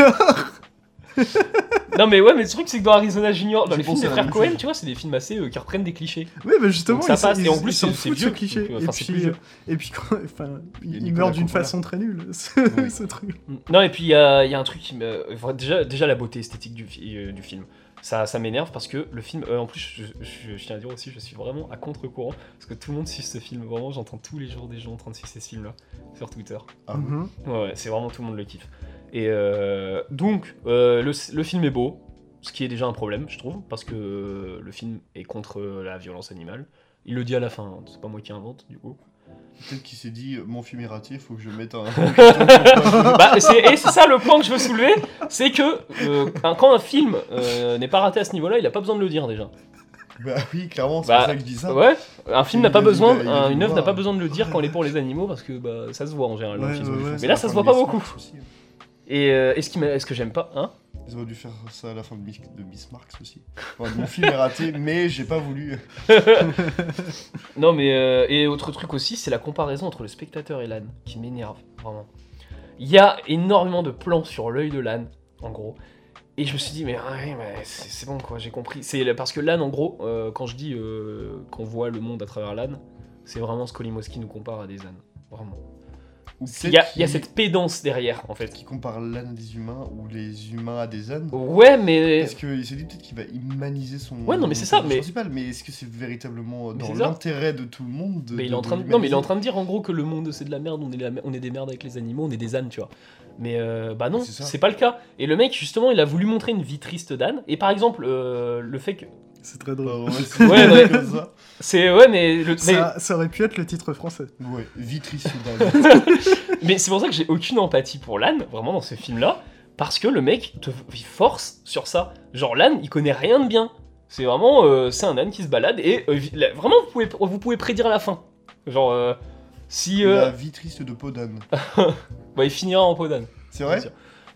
Non, mais ouais, mais le truc, c'est que dans Arizona Junior, dans Je les films pense des à la frères même Cohen, chose. tu vois, c'est des films assez euh, qui reprennent des clichés. Oui, mais bah, justement, Donc ça ils s'en- passe, et en ils- plus, ils s'en c'est- c'est foutent de ce vieux, cliché. donc, euh, et, enfin, c'est puis, plus vieux. et puis, quand- enfin, y a il, il Nicolas meurt d'une Coppola. façon très nulle, ce, Oui. ce truc. Non, et puis il y a, il y a un truc qui me. euh, vra- Déjà, déjà la beauté esthétique du, fi- euh, du film. Ça, ça m'énerve parce que le film. euh, en plus, je, je- je tiens à dire aussi, je suis vraiment à contre-courant parce que tout le monde suit ce film. Vraiment, j'entends tous les jours des gens en train de suivre ce film-là sur Twitter. Ah ouais. Mhm. Ouais, ouais, c'est vraiment tout le monde le kiffe. Et euh, donc, euh, le, le film est beau, ce qui est déjà un problème, je trouve, parce que euh, le film est contre la violence animale. Il le dit à la fin, hein, c'est pas moi qui invente, du coup. Peut-être qu'il s'est dit, euh, mon film est raté, faut que je mette un. Bah, c'est- et c'est ça le point que je veux soulever, c'est que euh, un- quand un film euh, n'est pas raté à ce niveau-là, il a pas besoin de le dire déjà. bah oui, clairement, c'est Bah, pour ça que je dis ça. Ouais, un film Ah. Il n'a pas a dû- besoin, il a dû un- le une œuvre n'a pas voir. besoin de le dire quand elle est pour les animaux parce que bah, ça se voit en général. dans le Ouais, film. ouais, ouais. Mais là, ça se voit pas beaucoup. Ils Et euh, est-ce, qui m'a- est-ce que j'aime pas hein hein. auraient dû faire ça à la fin de Miss, de Miss Marx aussi. Enfin, mon film est raté, mais j'ai pas voulu. Non, mais. euh, et autre truc aussi, c'est la comparaison entre le spectateur et l'âne qui m'énerve, vraiment. Il y a énormément de plans sur l'œil de l'âne, en gros. Et je me suis dit, mais, ouais, mais c'est c'est bon, quoi, j'ai compris. C'est le- parce que l'âne, en gros, euh, quand je dis euh, qu'on voit le monde à travers l'âne, c'est vraiment ce qu'Olimowski nous compare à des ânes. Vraiment. Il y, a, il y a cette pédance derrière, en fait. Qui compare l'âne des humains ou les humains à des ânes. Ouais, mais. Parce qu'il s'est dit peut-être qu'il va humaniser son. Ouais, non, mais c'est ça, son mais- Principal, mais est-ce que c'est véritablement euh, Mais dans c'est ça. l'intérêt de tout le monde de, Mais il est en train de... Non, mais il est en train de dire en gros que le monde c'est de la merde, on est, de la mer- on est des merdes avec les animaux, on est des ânes, tu vois. Mais euh, bah non, C'est ça. c'est pas le cas. Et le mec, justement, il a voulu montrer une vie triste d'âne. Et par exemple, euh, le fait que. C'est très Bah, drôle. ouais, c'est- Ouais, ouais. comme ça. C'est. Ouais, mais. le- Ça, ça aurait pu être le titre français. Ouais, vitrice d'âne. Mais, mais c'est pour ça que j'ai aucune empathie pour l'âne, vraiment, dans ce film-là. Parce que le mec, te... il force sur ça. Genre, l'âne, il connaît rien de bien. C'est vraiment. euh, c'est un âne qui se balade. Et euh, vi- là, vraiment, vous pouvez, vous pouvez prédire la fin. Genre, euh, si. euh, La vie triste de peau d'âne. bah, il finira en peau d'âne. C'est vrai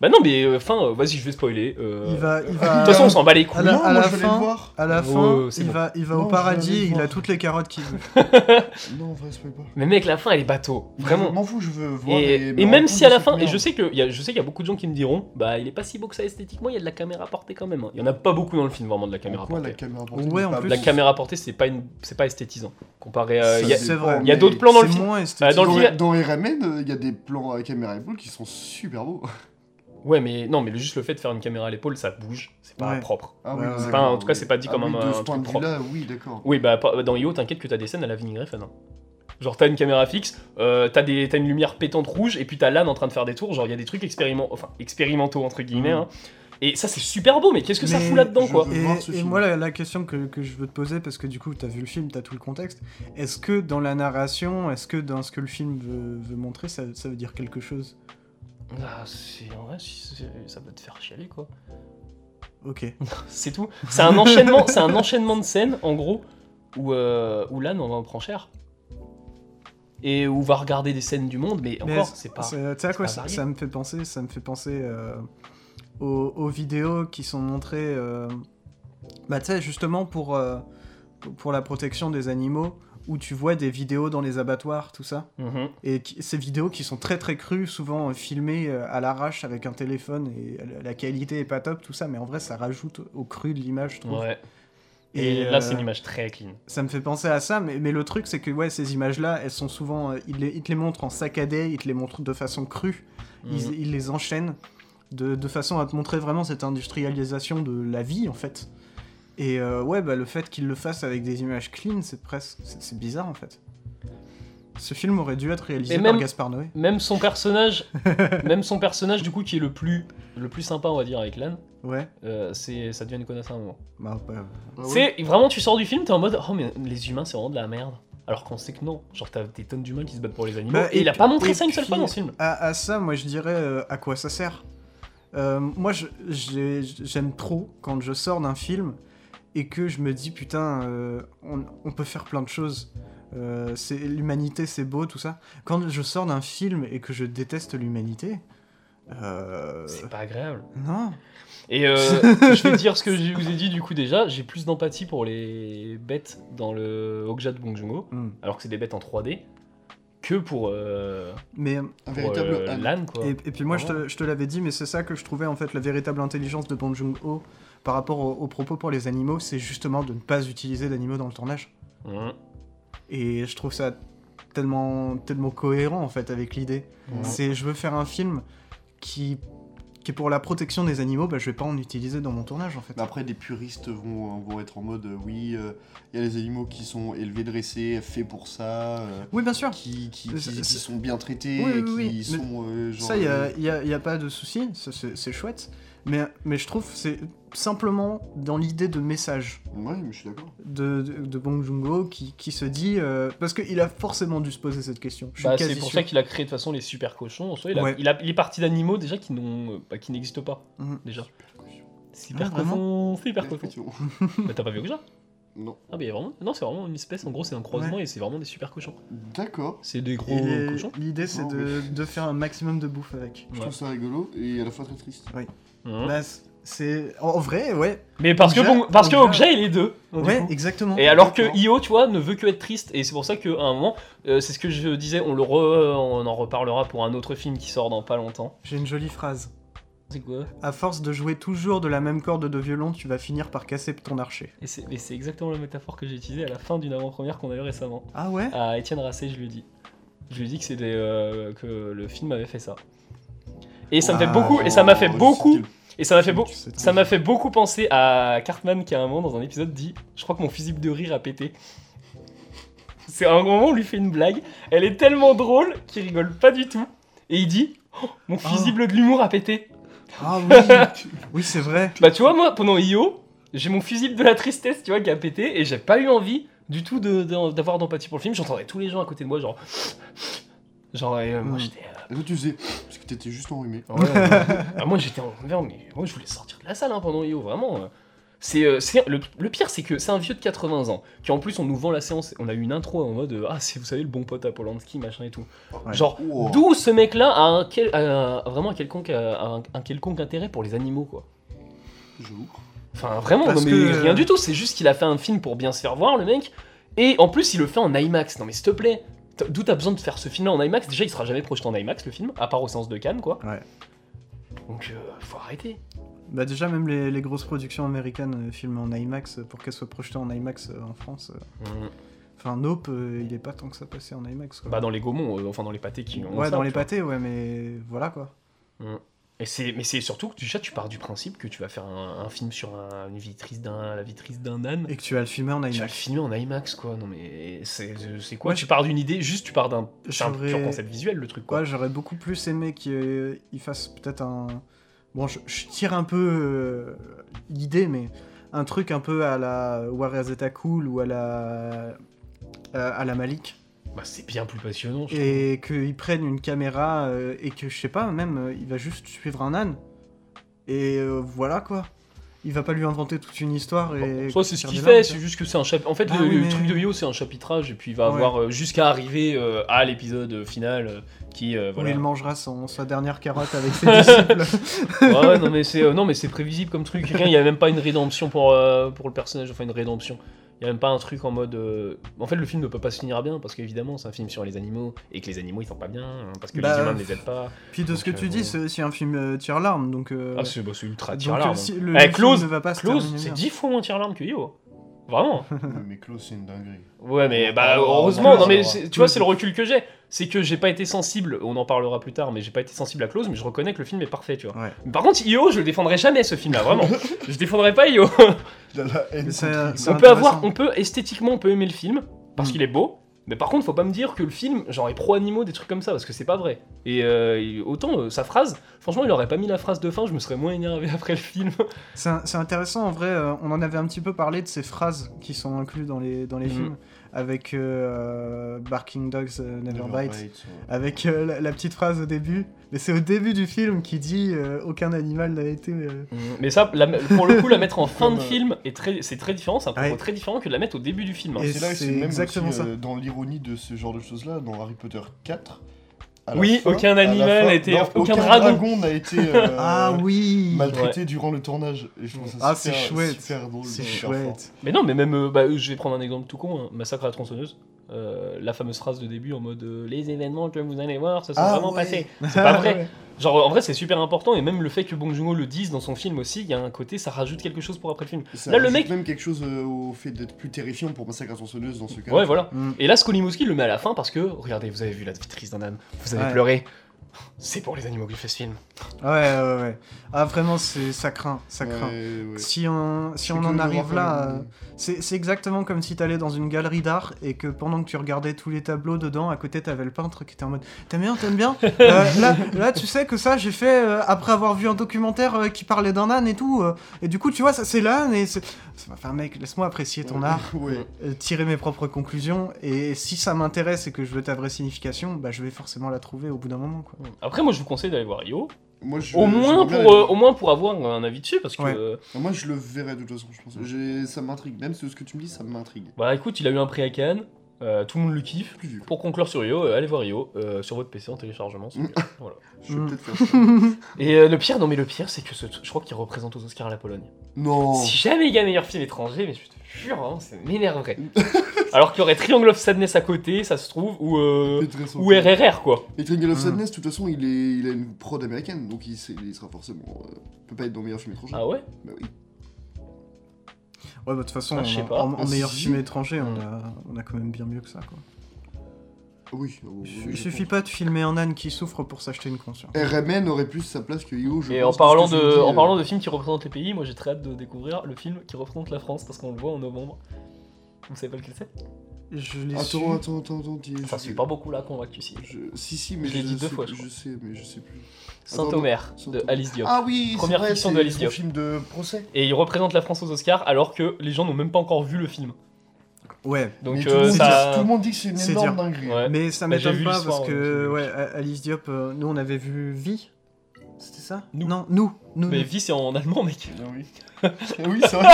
Bah non, mais euh, fin, euh, vas-y, je vais spoiler. euh, Il va, il De va. toute façon, on s'en bat les couilles. à la- non, à moi la je vais fin- le voir. À la Ouais, fin, ouais, Oh, c'est il bon. va, il va Non, au je paradis vais aller et il a voir. toutes les carottes qu'il veut. Non, en vrai, c'est pas. Mais mec, la fin, elle est bateau. Je Vraiment. m'en fous, je veux voir. Et, les- et me rendre même compte si de à la cette fin, et merde. je sais que- il y a- je sais qu'il y a beaucoup de gens qui me diront, bah il est pas si beau que ça esthétiquement, il y a de la caméra portée quand même. hein. Il y en a pas beaucoup dans le film vraiment de la En caméra quoi la portée. caméra portée Ouais, n'est en pas plus, La bonne caméra portée, c'est pas une, c'est pas esthétisant. Comparé à, il Ça y a- dépend, c'est vrai. il y a mais d'autres plans dans le C'est film. moins Bah, esthétique. dans le Dans, film- dans les Ramen, euh, il y a des plans à caméra épaule qui sont super beaux. Ah Ouais, mais non, mais le- juste le fait de faire une caméra à l'épaule, ça bouge, c'est pas Ouais. propre. Ah Ouais, ouais. C'est d'accord, pas, en tout cas, oui. c'est pas dit Ah comme oui, un- De un ce truc point de propre. vue-là, oui, d'accord. Oui, bah pas- dans Io, t'inquiète que t'as des scènes à la Vinnie Griffin. hein. Genre, t'as une caméra fixe, euh, t'as, des, t'as une lumière pétante rouge, et puis t'as l'âne en train de faire des tours. Genre, il y a des trucs expérimen- enfin, expérimentaux, entre guillemets. Mhm. hein. Et ça, c'est super beau, mais qu'est-ce que ça Mais fout là-dedans, je quoi veux- Et, voir ce et film. moi, la, la question que, que je veux te poser, parce que du coup, t'as vu le film, t'as tout le contexte, est-ce que dans la narration, est-ce que dans ce que le film veut, veut montrer, ça, ça veut dire quelque chose Ah, c'est... en vrai, si- c'est- ça peut te faire chialer, quoi. Ok. C'est tout. C'est un enchaînement, c'est un enchaînement de scènes, en gros, où, euh, où l'âne, on va en prendre cher. Et où on va regarder des scènes du monde, mais Mais encore, c'est pas... c'est- Tu sais à quoi pas ça, varié. ça me fait penser Ça me fait penser euh, aux, aux vidéos qui sont montrées. euh, bah, tu sais, justement pour, euh, pour la protection des animaux, où tu vois des vidéos dans les abattoirs, tout ça. Mhm. Et qui- ces vidéos qui sont très très crues, souvent euh, filmées euh, à l'arrache avec un téléphone et euh, la- la qualité est pas top, tout ça, mais en vrai ça rajoute au cru de l'image, je trouve. Ouais. Et, là, euh, c'est une image très clean. ça me fait penser à ça, mais, mais le truc c'est que ouais, ces images-là, elles sont souvent. euh, ils, les, ils te les montrent en saccadé, ils te les montrent de façon crue, Mhm. ils, ils les enchaînent de, de façon à te montrer vraiment cette industrialisation de la vie en fait. Et euh, ouais, bah, le fait qu'ils le fassent avec des images clean, c'est presque. C'est c'est bizarre en fait. Ce film aurait dû être réalisé Et par même- Gaspard Noé. Même son personnage, même son personnage du coup qui est le plus, le plus sympa on va dire avec l'âne, Ouais. euh, c'est ça devient une connasse à un moment. Bah, bah, Ah ouais. C'est vraiment tu sors du film t'es en mode oh mais les humains c'est vraiment de la merde. Alors qu'on sait que non, genre t'as des tonnes d'humains qui se battent pour les animaux Bah, et, et il a pas puis- montré et ça une seule puis- euh, fois dans ce film. à, à ça, moi je dirais euh, à quoi ça sert. Euh, moi je- j'ai- j'aime trop quand je sors d'un film et que je me dis putain, euh, on, on peut faire plein de choses. Euh, c'est- l'humanité c'est beau, tout ça. Quand je sors d'un film et que je déteste l'humanité, euh, C'est pas agréable. non. Et euh, je vais dire ce que je vous ai dit du coup déjà, j'ai plus d'empathie pour les bêtes dans le Okja de Bong Joon-ho, Hmm. alors que c'est des bêtes en 3D, que pour, euh, Mais, Un pour, véritable euh, âne. l'âne, quoi. et, et puis moi, je Vraiment. te, je te l'avais dit, mais c'est ça que je trouvais en fait la véritable intelligence de Bong Joon-ho par rapport au- aux, propos pour les animaux, c'est justement de ne pas utiliser d'animaux dans le tournage. Mhm. Et je trouve ça tellement, tellement cohérent en fait avec l'idée. Ouais. C'est je veux faire un film qui, qui est pour la protection des animaux, bah, je vais pas en utiliser dans mon tournage en fait. Mais après, des puristes vont, vont être en mode euh, oui, il y a les animaux qui sont élevés, dressés, faits pour ça, euh, Oui, bien sûr. qui, qui, Mais c'est- qui- qui c'est- sont bien traités, Oui, oui, qui oui, mais sont euh, genre. Ça, il n'y euh, a, y a- y a pas de souci, ça, c'est c'est chouette. Mais, mais je trouve que c'est simplement dans l'idée de message Ouais, mais je suis d'accord. de, de, de Bong Joon-ho qui, qui se dit... euh, parce qu'il a forcément dû se poser cette question. Je suis Bah, quasi c'est pour sûr. ça qu'il a créé de toute façon les super cochons. En soi, il, a, Ouais. il, a- il est parti d'animaux déjà qui n'ont, euh, bah, qui n'existent pas Mhm. déjà. Ah, Super vraiment cochon, super cochon. Perfection. Bah, t'as pas vu que ça Non. Ah mais vraiment Non, c'est vraiment une espèce. En gros, c'est un croisement et c'est vraiment des super cochons. D'accord. C'est des gros Et les- cochons. L'idée, c'est Non, de, de faire un maximum de bouffe avec. Je Ouais. trouve ça rigolo et à la fois très triste. Mhm. Bah, c'est- c'est... En vrai, ouais. Mais parce que Ogja- bon, parce que Ogja- Ogja, il est deux. du Ouais, coup. exactement. Et alors que D'accord. Io, tu vois, ne veut que être triste. Et c'est pour ça qu'à un moment, euh, c'est ce que je disais, on le re- on en reparlera pour un autre film qui sort dans pas longtemps. J'ai une jolie phrase. C'est quoi À force de jouer toujours de la même corde de violon, tu vas finir par casser ton archer. Et c'est mais c'est exactement la métaphore que j'ai utilisée à la fin d'une avant-première qu'on a eu récemment. Ah ouais à Étienne Racé, je lui dis. Je lui dis que c'était euh, que le film avait fait ça. Et ça me fait Ah, beaucoup et ça m'a fait beaucoup et ça m'a fait beaucoup ça m'a fait beaucoup penser à Cartman qui à un moment dans un épisode dit je crois que mon physique de rire a pété. C'est à un moment où on lui fait une blague, elle est tellement drôle qu'il rigole pas du tout et il dit Oh, mon physique de l'humour a pété. Ah oui Oui, c'est vrai. Bah tu vois moi pendant IO, j'ai mon fusible de la tristesse, tu vois, qui a pété, et j'ai pas eu envie du tout de- de- d'avoir d'empathie pour le film. J'entendais tous les gens à côté de moi, genre... Genre, et, euh, moi Mm. j'étais... euh, Et toi, tu faisais parce que t'étais juste enrhumé. ouais, ouais. Bah, moi j'étais en merde, mais moi je voulais sortir de la salle hein, pendant IO, vraiment. euh. C'est, euh, c'est- le, le pire, c'est que c'est un vieux de 80 ans, qui en plus on nous vend la séance, on a eu une intro en mode euh, Ah, c'est vous savez le bon pote à Polanski, machin et tout. Ouais. Genre, Wow. d'où ce mec-là a, un quel- a un- vraiment un quelconque, a un- un quelconque intérêt pour les animaux, quoi. J'avoue. Enfin, vraiment, Parce non, mais que- rien du tout. C'est juste qu'il a fait un film pour bien se faire voir, le mec. Et en plus, il le fait en IMAX. Non, mais s'il te plaît, t- d'où t'as besoin de faire ce film-là en IMAX Déjà, il sera jamais projeté en IMAX, le film, à part aux séances de Cannes, quoi. Ouais. Donc, euh, faut arrêter. Bah déjà même les, les grosses productions américaines euh, filment en IMAX euh, pour qu'elles soient projetées en IMAX euh, en France. euh. Enfin Nope, euh, il est pas tant que ça passé en IMAX. Quoi. Hum, Bah, dans les Gaumont, euh, enfin, dans les pâtés qui ont ouais, ça, dans les tu vois. pâtés, ouais, mais voilà quoi. Et c'est, mais c'est surtout que déjà, tu pars du principe que tu vas faire un, un film sur un- une vitrice d'un, la vitrice d'un âne. Et que tu vas le filmer en Tu vas le IMAX. filmer en IMAX, quoi. Non, mais c'est, c'est quoi Ouais, Tu pars d'une idée, juste tu pars d'un c'est un J'aurais- pur concept visuel, le truc, quoi. Quoi, j'aurais beaucoup plus aimé qu'il euh, il fasse peut-être un. Bon, je, je tire un peu euh, l'idée, mais un truc un peu à la Warazeta Cool ou à la euh, à- à la Malik. Bah, c'est bien plus passionnant, je trouve. et qu'ils prennent une caméra euh, et que je sais pas, même euh, il va juste suivre un âne et euh, voilà quoi. Il va pas lui inventer toute une histoire et. Soit c'est ce faire qu'il des larmes, fait, tu c'est juste que c'est un chapitre. En fait, Ah le, oui, le mais- truc de Yo, c'est un chapitrage, et puis il va Ouais. avoir euh, jusqu'à arriver euh, à l'épisode euh, final euh, qui. vois. euh, Où voilà. il mangera son, sa dernière carotte avec ses disciples. Ouais, ouais, non, mais c'est euh, non, mais c'est prévisible comme truc. Rien, il n'y a même pas une rédemption pour, euh, pour le personnage, enfin une rédemption. Il n'y a même pas un truc en mode. euh, En fait, le film ne peut pas se finir à bien, parce qu'évidemment, c'est un film sur les animaux, et que les animaux, ils sont pas bien, hein, parce que Bah, les humains ne les aident pas. Puis de ce que Donc, tu euh, dis, c'est aussi un film euh, tire-larme donc. euh, Ah, c'est bah, c'est ultra donc, tire euh, larme. hein. si le Eh, film Close, ne va pas se Close, terminer c'est bien. 10 fois moins tire larme que Yo. Vraiment. Ouais, mais Klaus, c'est une dinguerie. Ouais, mais bah, Ah, heureusement, Close, non, mais alors. c'est- tu vois, c'est le recul que j'ai. C'est que j'ai pas été sensible, on en parlera plus tard, mais j'ai pas été sensible à Close, mais je reconnais que le film est parfait, tu vois. Ouais. Par contre, Io, je le défendrai jamais ce film-là, vraiment. je défendrai pas Io. La, la haine Mais contre ça- X. ça- on peut avoir, intéressant. on peut esthétiquement, on peut aimer le film parce Mm. qu'il est beau. Mais par contre, faut pas me dire que le film, genre, est pro-animaux, des trucs comme ça, parce que c'est pas vrai. Et euh, il- autant, euh, sa phrase, franchement, il aurait pas mis la phrase de fin, je me serais moins énervé après le film. C'est un- c'est intéressant en vrai, euh, on en avait un petit peu parlé de ces phrases qui sont incluses dans les, dans les Mhm. films, avec euh, Barking Dogs euh, Never, Never Bite, Bite, ouais. avec euh, la, la petite phrase au début. Mais c'est au début du film qui dit euh, aucun animal n'a été. euh, Mais ça, la- pour le coup, la mettre en fin de Comme, euh, film, est très, c'est très différent, c'est un propos Ouais. très différent que de la mettre au début du film. hein. Et C'est là que c'est c'est même exactement aussi, ça. euh, dans l'ironie de ce genre de choses-là, dans Harry Potter 4. à la Oui, fin- aucun à la animal fin- n'a été- non, aucun dragon. n'a été euh, Ah oui maltraité durant le tournage. Et je trouve ça Ah, super- c'est chouette. super drôle. C'est super fort. chouette. Mais non, mais même, euh, bah, je vais prendre un exemple tout con, hein, Massacre à la tronçonneuse. euh, la fameuse phrase de début en mode euh, les événements que vous allez voir se sont Ah vraiment ouais. passés. C'est pas vrai. Genre en vrai c'est super important et même le fait que Bong Joon-ho le dise dans son film aussi, il y a un côté ça rajoute quelque chose pour après le film. Ça Là, le rajoute mec- même quelque chose euh, au fait d'être plus terrifiant pour Massacre à sonneuse dans ce cas. Ouais voilà. Mm. Et là Skolimowski le met à la fin parce que regardez vous avez vu la vitrice d'un âne, vous avez Ouais. pleuré. C'est pour les animaux que j'ai fait ce film. Ouais, ouais, ouais. Ah, vraiment, c'est- ça craint, ça Ouais, craint. ouais. hein. Si on, si C'est on que en le arrive rappel, là, euh, euh, c'est c'est exactement comme si t'allais dans une galerie d'art et que pendant que tu regardais tous les tableaux dedans, à côté t'avais le peintre qui était en mode T'aimes bien, t'aimes bien Euh, là, là, tu sais que ça, j'ai fait euh, après avoir vu un documentaire euh, qui parlait d'un âne et tout. euh, et du coup, tu vois, ça c'est l'âne et c'est. c'est- Enfin, mec, laisse-moi apprécier ton ouais, art, ouais. euh, tirer mes propres conclusions. Et si ça m'intéresse et que je veux ta vraie signification, bah je vais forcément la trouver au bout d'un moment, quoi. Après moi je vous conseille d'aller voir Io. Moi, je- Au je moins vois bien pour les- euh, au moins pour avoir un avis dessus parce que Ouais. euh, Moi, je le verrai de toute façon, je Mm. pense. J'ai- Ça m'intrigue. Même ce ce que tu me dis, ça m'intrigue. bah écoute il a eu un prix à Cannes, euh, tout le monde le kiffe. Plus vieux. Pour conclure sur Io, euh, allez voir Io euh, sur votre PC en téléchargement. c'est Mm. bien. voilà. Je vais Mm. peut-être faire ça. Et euh, le pire non mais le pire c'est que ce- je crois qu'il représente aux Oscars la Pologne. non. Si jamais il y a meilleur film étranger, mais je te jure, vraiment, ça m'énerverait. Mm. Alors qu'il y aurait Triangle of Sadness à côté, ça se trouve, ou, euh, Intéressant. ou RRR, quoi. Et Triangle of Mm. Sadness, de toute façon, il, est, il a une prod américaine, donc il, s'est- il sera forcément. euh, peut pas être dans le meilleur film étranger. Ah ouais Bah oui. Ouais, bah de toute façon, Ah, je sais en- pas. en, en Ah, meilleur si. film étranger, on a, on a quand même bien mieux que ça, quoi. Ah Oui. ah oui, oui, Il je suffit pense. pas de filmer un âne qui souffre pour s'acheter une conscience. RMN aurait plus sa place que Io, je Et en pense, parlant, parce que de, je me dis, en euh, parlant de films qui représentent les pays, moi j'ai très hâte de découvrir le film qui représente la France, parce qu'on le voit en novembre. Vous savez pas lequel c'est Je l'ai su. Attends, attends, attends, attends. dis- Ça je- suit pas beaucoup là qu'on va que tu sais. je- Si, si, Je mais l'ai dit deux sais- fois, je crois. Je sais, mais je sais plus. Saint-Omer, non, de Saint-Omer. Alice Diop. Ah oui, c'est Première vrai, fiction de c'est Alice son Diop. film de procès. Et il représente la France aux Oscars, alors que les gens n'ont même pas encore vu le film. Ouais. Mais Donc tout, le euh, monde ça... dit, tout le monde dit que c'est une c'est énorme dur. dinguerie. Ouais. Mais ça Bah, j'ai vu m'étonne le pas soir, parce euh, que, ouais, A- Alice Diop, euh, nous on avait vu Vie. C'était ça Nous. Non, nous. nous, Mais nous. vie, c'est en allemand, mec. Ah oui. Ah oui, c'est vrai.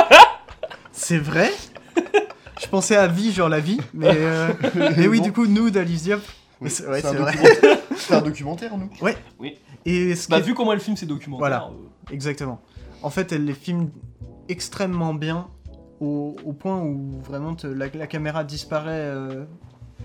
C'est vrai Je pensais à Vie, genre la vie. Mais, euh, mais oui, Non. du coup, nous d'Alice Diop. Oui, c'est- ouais, un c'est vrai. documentaire. C'est un documentaire, nous. Et ce Bah, qui est- vu comment elle filme ses documentaires. Voilà. euh, Exactement. En fait, elle les filme extrêmement bien au, au point où vraiment te- la, la caméra disparaît euh,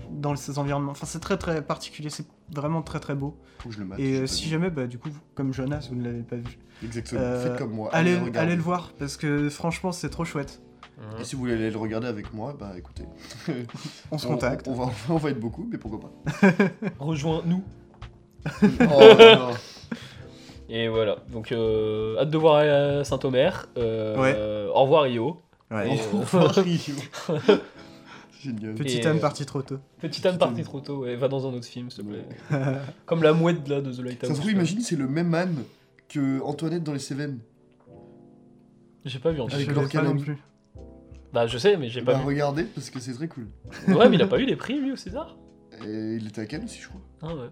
dans ces environnements. Enfin, c'est très très particulier, c'est vraiment très très beau. Faut que je le mate. Et j'ai euh, pas si vu. jamais, bah, du coup, vous- comme Jonas, vous ne l'avez pas vu, Exactement. euh, Faites comme moi. allez, regarder. allez le voir parce que franchement, c'est trop chouette. euh. Et Mmh. si vous voulez aller le regarder avec moi, bah écoutez. On se contacte. On, va, on va être beaucoup, mais pourquoi pas. Rejoins-nous. Oh, non. Et voilà, donc euh, hâte de voir euh, Saint-Omer. Euh, Ouais. euh, au revoir Io. Ouais. Au Et, euh, revoir, Rio. Génial. Petit Et, âne euh, parti trop tôt. Petite âme partie trop tôt, ouais, va dans un autre film s'il te plaît. ouais, Comme la mouette là de The Ça se Lighthouse. trouve, imagine, c'est le même âne que Antoinette dans les Cévennes. J'ai pas vu en je fait. Avec l'ai leur pas non canal. plus. Ah, Bah je sais mais j'ai pas Bah vu. regardez, parce que c'est très cool. Ouais mais il a pas eu les prix lui au César Et il était à Cannes aussi, je crois. Ah ouais.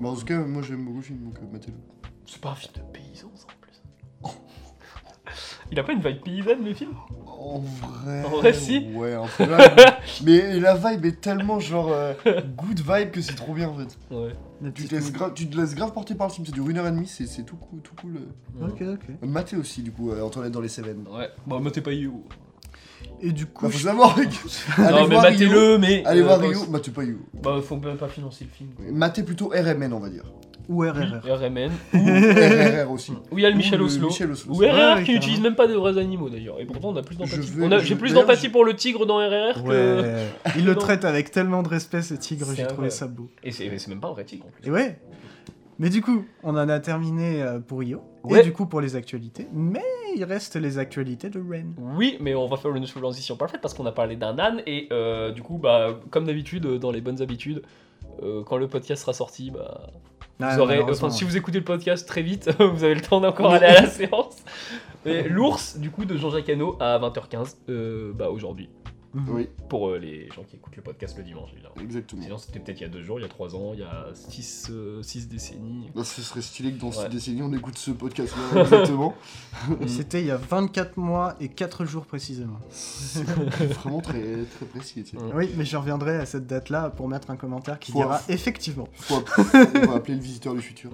Mais en tout cas, moi j'aime beaucoup le film, donc euh, matez-le. C'est pas un film de paysans ça en plus. Il a pas une vibe paysanne le film En vrai. En vrai, si. Ouais, un peu. là, mais la vibe est tellement genre euh, good vibe que c'est trop bien en fait. Ouais. La Tu petite te laisses, mou- grave- tu te laisses grave porter par le film, c'est du 1h30, c'est c'est tout cool. Tout cool euh. Ok, ok. Maté aussi, du coup, euh, Antoinette dans les Cévennes. Ouais. Bah matez pas Io. Et du Bah, coup, faut savoir, mec. Allez non mais voir Rio. matez-le mais. Allez euh, voir bah, Rio. Matez pas Rio. Bah faut même pas financer le film. Matez plutôt RMN, on va dire. ou RRR. RMN. RRR aussi. Où il y a le Michel Ou Oslo. Michel Oslo. Ou RRR Ouais, qui carrément. n'utilise même pas de vrais animaux d'ailleurs. Et pourtant on a plus d'empathie. Je veux- On a- je- J'ai plus d'ailleurs, d'empathie je- pour le tigre dans RRR que. Ouais. Il le Non. traite avec tellement de respect, ce tigre, C'est j'ai trouvé vrai. ça beau. Et c'est mais c'est même pas un vrai tigre en plus. Et ouais. Mais du coup, on en a terminé euh, pour Io. Ouais. Et du coup, pour les actualités. Mais il reste les actualités de Ren. Oui, mais on va faire une transition parfaite parce qu'on a parlé d'un âne et euh, du coup, bah, comme d'habitude, euh, dans les bonnes habitudes, euh, quand le podcast sera sorti, Ah, bah, Ah, vous aurez, euh, enfin, si vous écoutez le podcast très vite, vous avez le temps d'encore aller à la séance. Et L'ours, du coup, de Jean-Jacques Hano à 20h15, euh, bah, aujourd'hui, hein. Oui, pour euh, les gens qui écoutent le podcast le dimanche, évidemment. exactement. Sinon, c'était peut-être il y a deux jours, il y a trois ans, il y a six, euh, six décennies. Bah, ce serait stylé que dans Ouais. cette décennie, on écoute ce podcast-là, exactement. C'était il y a 24 mois et 4 jours précisément. C'est vraiment très, très précis. tu sais. Mm. Oui, mais je reviendrai à cette date-là pour mettre un commentaire qui Faut- dira effectivement. Faut app- on va appeler le visiteur du futur.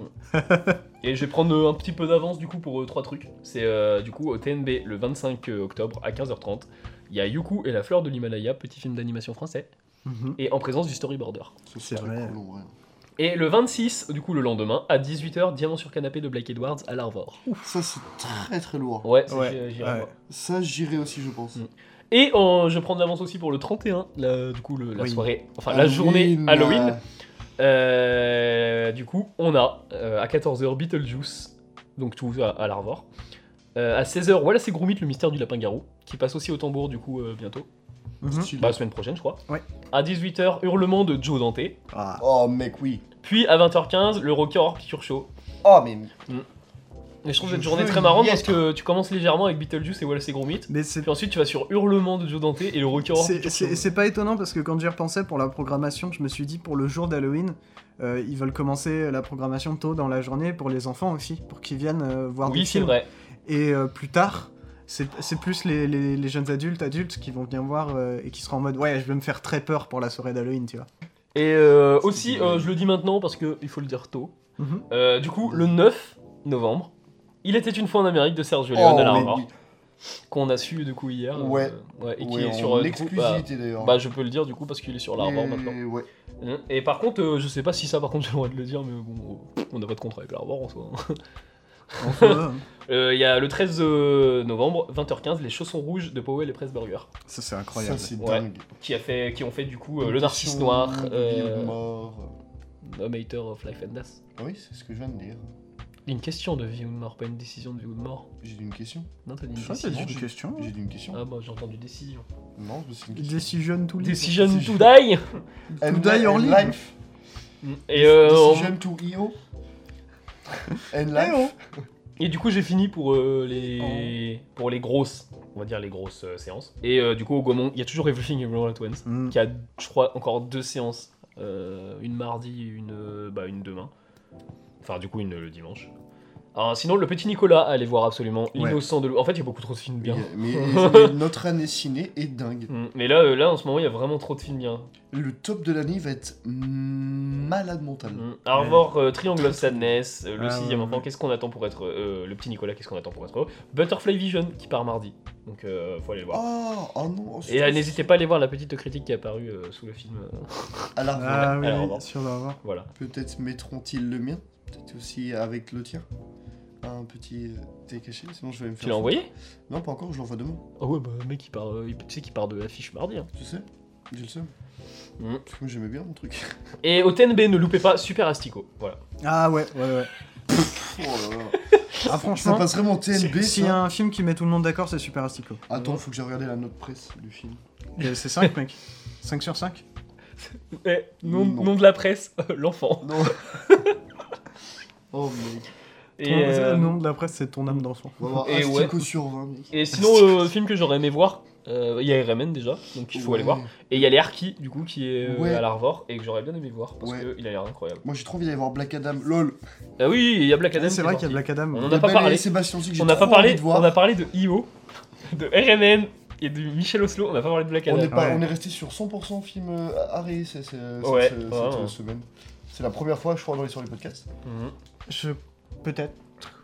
Et je vais prendre euh, un petit peu d'avance du coup pour euh, trois trucs. C'est euh, du coup au TNB le 25 octobre à 15h30. Il y a Yuku et la fleur de l'Himalaya, petit film d'animation français. Mhm. et en présence du storyboarder. C'est vrai. Cool, en vrai. Et le 26, du coup le lendemain, à 18h, Diamant sur canapé de Blake Edwards à l'Arvor. Ça, c'est très très lourd. Ouais, c'est- Ouais, j'ai- j'irai ouais. voir. Ça, j'irai aussi, je pense. Mm. Et euh, je prends de l'avance aussi pour le 31, la- du coup le- la Oui. soirée, enfin la Halloween, journée euh, Halloween. Euh, du coup, on a euh, à 14h Beetlejuice, donc tout à, à l'Arvor. Euh, à 16h, voilà, c'est Groomit, le mystère du lapin-garou, qui passe aussi au tambour du coup euh, bientôt. Mhm. stylé. Bah, la semaine prochaine, je crois. Ouais. À 18h, Hurlement de Joe Dante. Ah. Oh, mec, oui. Puis à 20h15, le Rocky Horror Picture Show. Oh, mais. Et je trouve Je cette journée veux très y marrante être. parce que tu commences légèrement avec Beetlejuice et Wallace et Gromit. Mais c'est Puis ensuite, tu vas sur Hurlement de Joe Dante et le Rocky Horror C'est- Picture C'est Show. c'est pas étonnant parce que quand j'y repensais pour la programmation, je me suis dit pour le jour d'Halloween, euh, ils veulent commencer la programmation tôt dans la journée pour les enfants aussi, pour qu'ils viennent euh, voir des Oui, c'est films. vrai. Et euh, plus tard, c'est c'est plus les, les- les jeunes adultes, adultes qui vont venir voir euh, et qui seront en mode ouais, je vais me faire très peur pour la soirée d'Halloween, tu vois. Et euh, aussi, euh, je le dis maintenant parce que il faut le dire tôt. Mhm. Euh, du coup, le 9 novembre, il était une fois en Amérique de Sergio Leone Oh, à la mais Harvard, oui. qu'on a su du coup hier. euh, Ouais. ouais, et qui Ouais, est en sur. euh, du coup, bah, exclusivité d'ailleurs. bah, je peux le dire du coup parce qu'il est sur l'Arvor Et- maintenant. Ouais. Hein. Et par contre, euh, je sais pas si ça, par contre, j'ai le droit de le dire, mais bon, euh, on n'a pas de contrat avec l'Arvor en soi. hein. Enfin, euh, Euh, Il y a le 13 euh, novembre, 20h15, les chaussons rouges de Powell et Pressburger, ça c'est Ça, incroyable. c'est Ouais. dingue. qui, a fait, qui ont fait du coup euh, le Narcisse Noir, Une question de vie ou de euh, mort. Homme Hater of Life and Death. Ah oui, c'est ce que je viens de dire. Une question de vie ou de mort, pas une décision de vie ou de mort. J'ai dit une question. Non, t'as dit une Ça, Ah, c'est décision. une j'ai- question. hein. J'ai dit une question. Ah, bah j'ai entendu décision. Non, c'est une question. Decision to live. Decision c'est- to die And To die li- or and live. life. et, euh, Decision to EO. Eh And oh. life. on- et du coup, j'ai fini pour, euh, les... pour les grosses, on va dire les grosses euh, séances. Et euh, du coup, au Gaumont, il y a toujours Everything Everywhere at Once, Mm. qui a, je crois, encore deux séances. euh, une mardi et une, euh, bah, une demain. Enfin, du coup, une euh, le dimanche. Alors, sinon, le petit Nicolas, allez voir absolument. Ouais. L'innocent de l'eau. En fait, il y a beaucoup trop de films bien. Mais, mais- mais notre année ciné est dingue. Mm, Mais là, euh, là, en ce moment, il y a vraiment trop de films bien. Le top de l'année va être malade mental. Mm. Arvor, euh, Triangle of Sadness, euh, Le Ah, Sixième ouais, Enfant, ouais. qu'est-ce qu'on attend pour être euh, le petit Nicolas, qu'est-ce qu'on attend pour être heureux Butterfly Vision qui part mardi, donc euh, faut aller le voir. Oh, oh non. Et euh, n'hésitez pas à aller voir la petite critique qui est apparue euh, sous le film. euh, À la revoir. Ah oui, Alors, bon. sûr d'avoir. voilà. Peut-être mettront-ils le mien Peut-être aussi avec le tien Un petit t'es caché, sinon je vais me faire. Tu l'as envoyé foutre. Non, pas encore, je l'envoie demain, Ah ouais, bah mec, il part, euh, il- tu sais qu'il part de l'affiche mardi. hein. tu sais J'ai le seum. Mm. Parce que moi, j'aimais bien mon truc. Et au TNB, ne loupez pas Super Astico. Voilà. Ah ouais, ouais, ouais. Oh là là. Ah Ça Hein franchement, passe vraiment TNB si- s'il y ça. a un film qui met tout le monde d'accord, c'est Super Astico. Attends, faut que j'aille regarder la note presse du film. Et C'est 5 mec. 5 sur 5 Eh, nom, Non. nom de la presse, l'enfant. Non Oh mec. Et, Ton- euh, Le nom de la presse, c'est ton âme dans son. On va avoir Et un ouais. stick au sur 20, mec. et sinon, euh, film que j'aurais aimé voir, euh, il y a RMN déjà, donc il faut aller Ouais. voir. Et il y a les Harkis, du coup, qui est euh, Ouais. à l'Arvor et que j'aurais bien aimé voir parce Ouais. qu'il a l'air incroyable. Moi j'ai trop envie d'aller voir Black Adam. LOL. Ah oui, il y a Black Adam. Ah, c'est qui est vrai qu'il y a sorti. Black Adam. On ouais. n'a Le pas balai parlé. Sébastien aussi que j'ai On n'a pas trop envie parlé. de voir. On a parlé de IO, de RMN et de Michel Oslo. On n'a pas parlé de Black On Adam. est, pas- Ouais. on est resté sur 100% film euh, Harry c'est- c'est- c'est- Ouais, c'est- ouais, cette ouais. semaine. C'est la première fois, je crois, dans les sur les podcasts. Mhm. Je... Peut-être.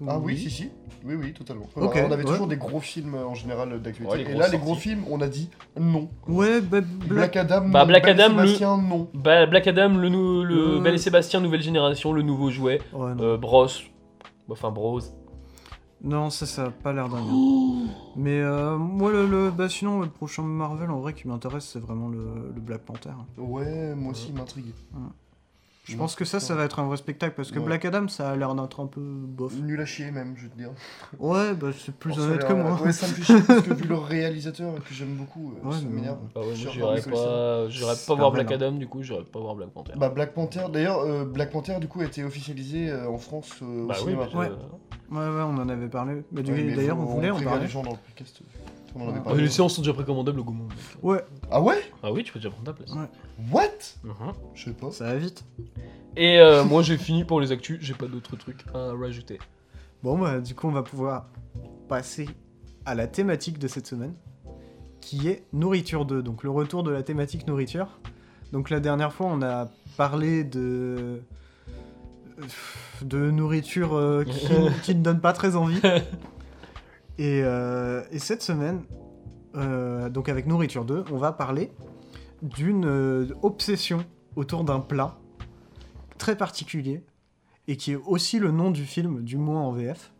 Ah oui, si, si. Oui, oui, totalement. Ok, on avait ouais. toujours des gros films euh, en général d'actualité. Ouais, les Et grosses là, les gros sorties. films, on a dit non. Ouais, bah, Black Black... Adam, Bah, Black Belle Adam, le- Sébastien, non. Ba- Black Adam, le, nou- le Le- Bel et Sébastien, Nouvelle Génération, le nouveau jouet, Ouais, Oh, non. euh, Bros, enfin Bros. Non, ça, ça a pas l'air dingue. Oh. Mais euh, moi, le, le- bah, sinon, le prochain Marvel, en vrai, qui m'intéresse, c'est vraiment le, le Black Panther. Ouais, moi aussi, il m'intrigue. Ouais. Je Non, pense que ça, ça va être un vrai spectacle, parce que Mm. Ouais. Mm. Black Adam, ça a l'air d'être un peu bof. Nul à chier, même, je veux te dire. Ouais, bah, c'est plus Alors, ça a honnête l'air- que moi. Ouais, ça me fait chier parce que vu leur réalisateur et que j'aime beaucoup, euh, Ouais, ça mais- m'énerve. Ah ouais, moi, Je suis j'irais vraiment pas, j'irais C'est pas voir pas Black mal, Adam, du coup, j'irais pas voir Black Panther. Bah Black Panther, d'ailleurs euh, Black Panther du coup a été officialisé euh, en France euh, au Bah oui, cinéma. mais, Ouais. euh, Ouais, ouais, on en avait parlé. Bah, du- Ouais, mais D'ailleurs, faut- on voulait en prévient parler. Ah. les gens dans le podcast. On en Ouais. avait bah, parlé. les séances sont déjà précommandables au Gaumont. mec. Ouais, Ah ouais Ah oui, tu peux déjà prendre ta place. Ouais. What Mhm. Je sais pas. ça va vite. Et euh, moi, j'ai fini pour les actus, j'ai pas d'autres trucs à rajouter. Bon, bah, du coup, on va pouvoir passer à la thématique de cette semaine, qui est nourriture 2, donc le retour de la thématique nourriture. Donc la dernière fois, on a parlé de de nourriture euh, qui, qui ne donne pas très envie. Et, euh, et cette semaine, euh, donc avec nourriture 2, on va parler d'une euh, obsession autour d'un plat très particulier et qui est aussi le nom du film, du moins en VF.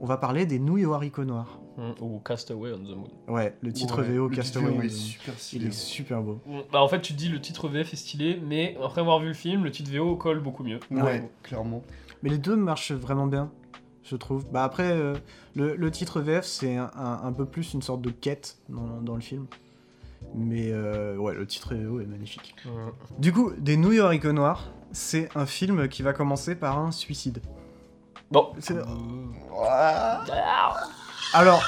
On va parler des nouilles aux haricots noirs. Mm, Ou Castaway on the Moon. Ouais, le titre Ouais, VO le titre Castaway. VO est il est- super euh, Il stylé. est super beau. Mm, Bah, en fait, tu te dis le titre VF est stylé, mais après avoir vu le film, le titre VO colle beaucoup mieux. Ouais, Ouais. clairement. Mais les deux marchent vraiment bien, je trouve. Bah après, euh, le, le titre VF, c'est un, un- un peu plus une sorte de quête dans, dans le film. Mais euh, ouais, le titre VO est magnifique. Mm. Du coup, Des nouilles aux haricots noirs, c'est un film qui va commencer par un suicide. Bon. C'est- Ah, Ah, Alors...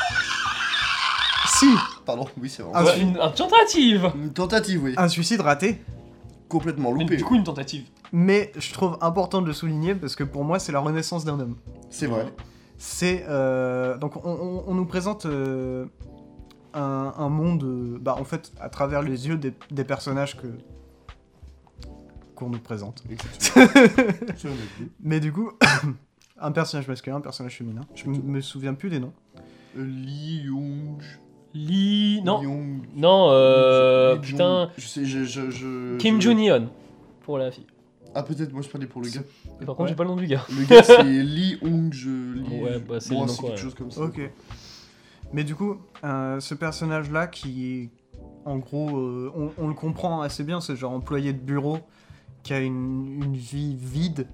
Si Pardon, oui, c'est vrai. Ah, ouais, si. une, une tentative Une tentative, oui. Un suicide raté, Complètement Mais loupé. Du coup, une tentative. mais je trouve important de le souligner parce que pour moi, c'est la renaissance d'un homme. C'est vrai. C'est euh, donc on, on- on nous présente euh, un, un monde, euh, bah en fait à travers les yeux des, des personnages que qu'on nous présente. Exactement. C'est un début. Mais du coup, un personnage masculin, un personnage féminin. Je m- me souviens plus des noms. Euh, Lee Young. Li... Non. Young- Non, euh... Lee Jong- Putain. Je sais, je. je, je- Kim Euh, je- Jong-un. Pour la fille. Ah, peut-être, moi je parlais pour le gars. Et par Ouais. contre, j'ai pas le nom du gars. Le gars, c'est Lee Hong. Je... Lee... Ouais, bah, c'est Bon, le nom c'est quelque coréen. chose comme ça. Ok. Mais du coup, euh, ce personnage-là qui, en gros, euh, on, on le comprend assez bien, c'est genre employé de bureau qui a une, une vie vide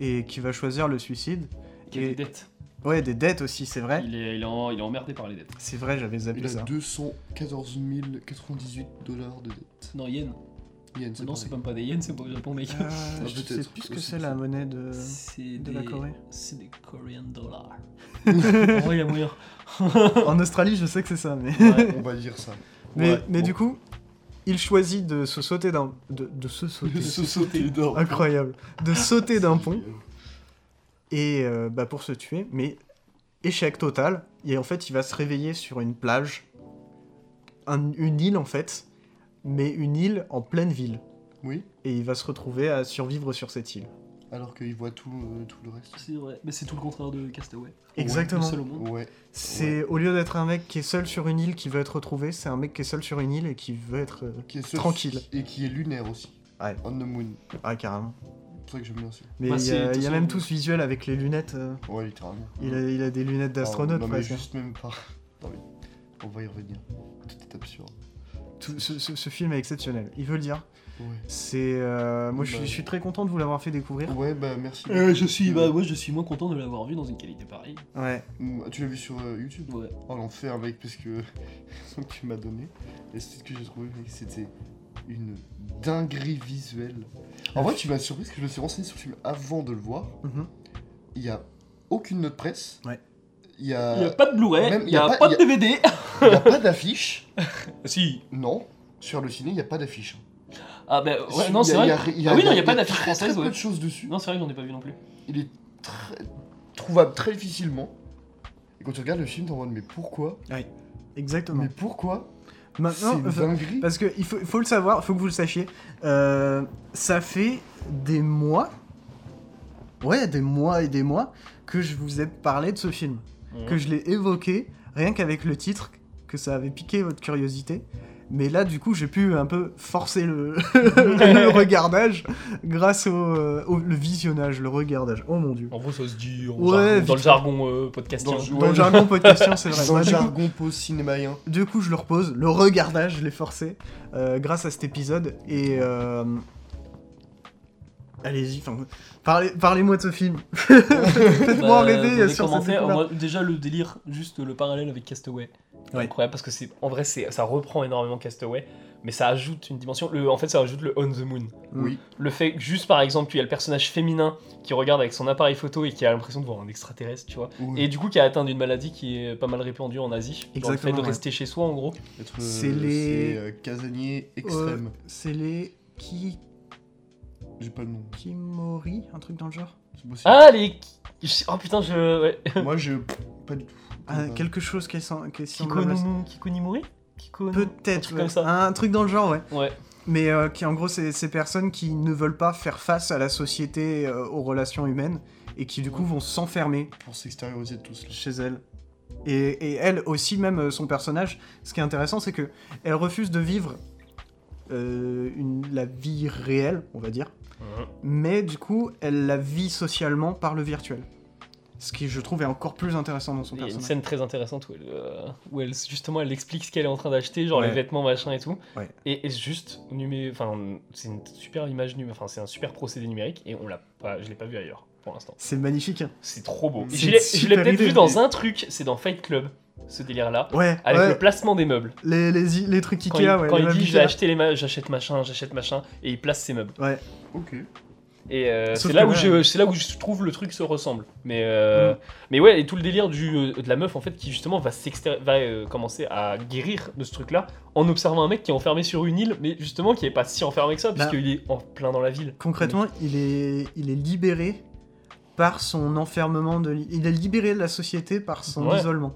et qui va choisir le suicide. Il a Et- des dettes. Ouais, des dettes aussi, c'est vrai. Il est, il, est en- il est emmerdé par les dettes. C'est vrai, j'avais zappé Il a ça. 214 098 dollars de dette. Non, yens. Yen, c'est Non, pareil. c'est même pas des yens, c'est pour le Japon, mec. Euh, Ah, je sais peut-être, plus ce que aussi, c'est la ça. monnaie de. C'est Euh, de la Corée. C'est des Korean dollars. oh, il y a moyen. en Australie, je sais que c'est ça, mais. Ouais. On va dire ça. mais Ouais, mais bon. du coup, il choisit de se sauter d'un. De, de se sauter. Se sauter d'or. Incroyable. De sauter d'un pont et euh, bah, pour se tuer, mais échec total. Et en fait, il va se réveiller sur une plage, un- une île en fait, mais une île en pleine ville. Oui, Et il va se retrouver à survivre sur cette île. alors qu'il voit tout, euh, tout le reste. C'est vrai. Mais c'est tout le contraire de Castaway. Exactement. Le seul au monde. Ouais. C'est au lieu d'être un mec qui est seul sur une île qui veut être retrouvé, c'est un mec qui est seul sur une île et qui veut être euh, Qui est seul- Tranquille. Et qui est lunaire aussi. Ouais. On the moon. ah carrément. C'est pour ça que j'aime bien aussi. Mais Bah, il y c'est- de a, il toute y a façon, même euh, tout ce visuel avec les lunettes. euh, Ouais, littéralement. il, a, il a des lunettes Pardon, d'astronaute. Oh, Non, mais presque. juste même pas. Non, mais on va y revenir. Tout est absurde. Tout- ce, ce- ce film est exceptionnel. Il veut le dire. Ouais. C'est euh, moi je, suis, Bah. je suis très content de vous l'avoir fait découvrir. Ouais, bah merci. je suis, bah ouais, je suis moins content de l'avoir vu dans une qualité pareille. Ouais. Mm, Tu l'as vu sur euh, YouTube Ouais. Oh l'enfer mec parce que donc tu m'as donné et c'est ce que j'ai trouvé mec c'était une dinguerie visuelle. En vrai tu m'as surpris parce que je me suis renseigné sur le film avant de le voir. Mhm. Il y a aucune note presse. Ouais. Il y a, Il y a pas de Blu-ray, même, il Ah. y a, pas de DVD. il y a pas d'affiche. si. Non. Sur le ciné il y a pas d'affiche. hein. Ah bah ouais, Sur- non, il y c'est a- il vrai. y a- il y a- Ah oui, non, il y a pas il d'affiche très, française, très peu ouais. de choses dessus. Non, c'est vrai que j'en ai pas vu non plus. Il est très trouvable très difficilement. Et quand tu regardes le film t'es en mode mais pourquoi Exactement. Ah Mais pourquoi C'est Maintenant, une enfin, dinguerie. parce que il faut, il faut le savoir, il faut que vous le sachiez. euh, ça fait des mois, ouais, des mois et des mois que je vous ai parlé de ce film. que je l'ai évoqué, rien qu'avec le titre, que ça avait piqué votre curiosité. Mais là, du coup, j'ai pu un peu forcer le, le regardage grâce au, euh, au- le visionnage, le regardage. Oh mon dieu. En gros, ça se dit en Ouais, jargon- dans vite. le jargon euh, podcastien. Dans le- Dans Ouais. le jargon podcastien, c'est vrai. Dans Bah, le du, coup, jargon pause cinémaïen. du coup, je le repose. Le regardage, je l'ai forcé euh, grâce à cet épisode. Et. euh, Allez-y, enfin, parlez- parlez-moi de ce film. Faites-moi Bah, dans rêver sur les cette commentaires, époque-là. moi, déjà le délire, juste le parallèle avec Castaway. Ouais. Incroyable parce que c'est en vrai c'est ça reprend énormément Castaway, mais ça ajoute une dimension. Le, en fait ça ajoute le on the moon. Oui. Le fait que juste par exemple qu'il y a le personnage féminin qui regarde avec son appareil photo et qui a l'impression de voir un extraterrestre, tu vois. Ouais. Et du coup qui a atteint d'une maladie qui est pas mal répandue en Asie. Genre, le fait Exactement, de ouais. rester chez soi en gros. Être, C'est euh, les- c'est, euh, casanier extrême. C'est les qui J'ai pas le nom. Kimori, un truc dans le genre C'est possible. Ah les oh putain je ouais. Moi, je. Pas du tout. Ah, Pas- Quelque chose qui est sans- qui est semblable à ça. Kikonomu- Kikonimori Kikono- un Peut-être, truc ouais. comme ça. un truc dans le genre, ouais. Ouais. Mais euh, qui en gros, c'est ces personnes qui ne veulent pas faire face à la société, euh, aux relations humaines, et qui du coup vont s'enfermer Pour s'extérioriser de tout cela. chez elles. Et, et elle aussi, même euh, son personnage, ce qui est intéressant, c'est que elle refuse de vivre euh, une- la vie réelle, on va dire, mais du coup, elle la vit socialement par le virtuel. Ce qui, je trouve, est encore plus intéressant dans son Il y a une personnage. scène très intéressante où elle, euh, où elle justement elle explique ce qu'elle est en train d'acheter, genre Ouais. les vêtements machin et tout. Ouais. Et, et juste numé, enfin c'est une super image numérique, enfin c'est un super procédé numérique et on l'a pas, je l'ai pas vu ailleurs pour l'instant. C'est magnifique. hein. C'est trop beau. C'est Je une l'ai je l'ai super peut-être idée, vu dans mais- un truc, c'est dans Fight Club, ce délire là, Ouais, avec ouais, le placement des meubles. les, les, i- les trucs Quand Ikea, il, ouais. quand les il meubles dit je vais Ikea. acheter les ma- j'achète machin, j'achète machin, et il place ses meubles. Ouais. Ok. Et euh, Sauf c'est là, que Mm. où ouais. je- c'est là où je trouve le truc se ressemble. Mais, euh, mais ouais, et tout le délire du, euh, de la meuf en fait qui justement va, s'extér- va euh, commencer à guérir de ce truc-là en observant un mec qui est enfermé sur une île, mais justement qui est pas si enfermé que ça, Bah. puisqu'il est en plein dans la ville. Concrètement, il est, il est libéré par son enfermement de l'i- il est libéré de la société par son Ouais. isolement.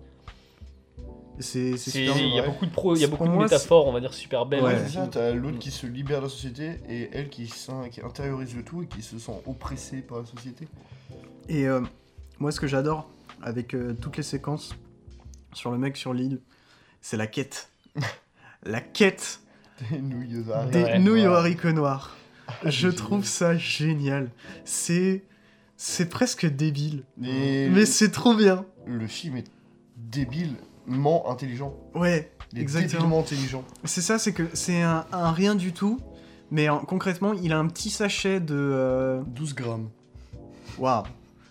C'est c'est C'est- super. Il y a vrai. beaucoup de, pro, il y a Pour beaucoup de moi, métaphores, on va dire, super belles. Ouais. Bah, Ouais, c'est ça, t'as l'autre qui se libère de la société et elle qui, s'in- qui intériorise le tout et qui se sent oppressée par la société. Et euh, moi, ce que j'adore avec euh, toutes les séquences sur le mec sur l'île, c'est la quête. la quête Des nouilles aux des haricots. Ouais. nouilles aux Ah, Ouais. haricots noirs. Ah, Je c'est trouve ça génial. C'est c'est presque débile, Mais, mais c'est trop bien. le film est débilement intelligent. Ouais, Il est Exactement. débilement intelligent. c'est ça, c'est que c'est un, un rien du tout, mais en- concrètement, il a un petit sachet de euh, 12 grammes. waouh.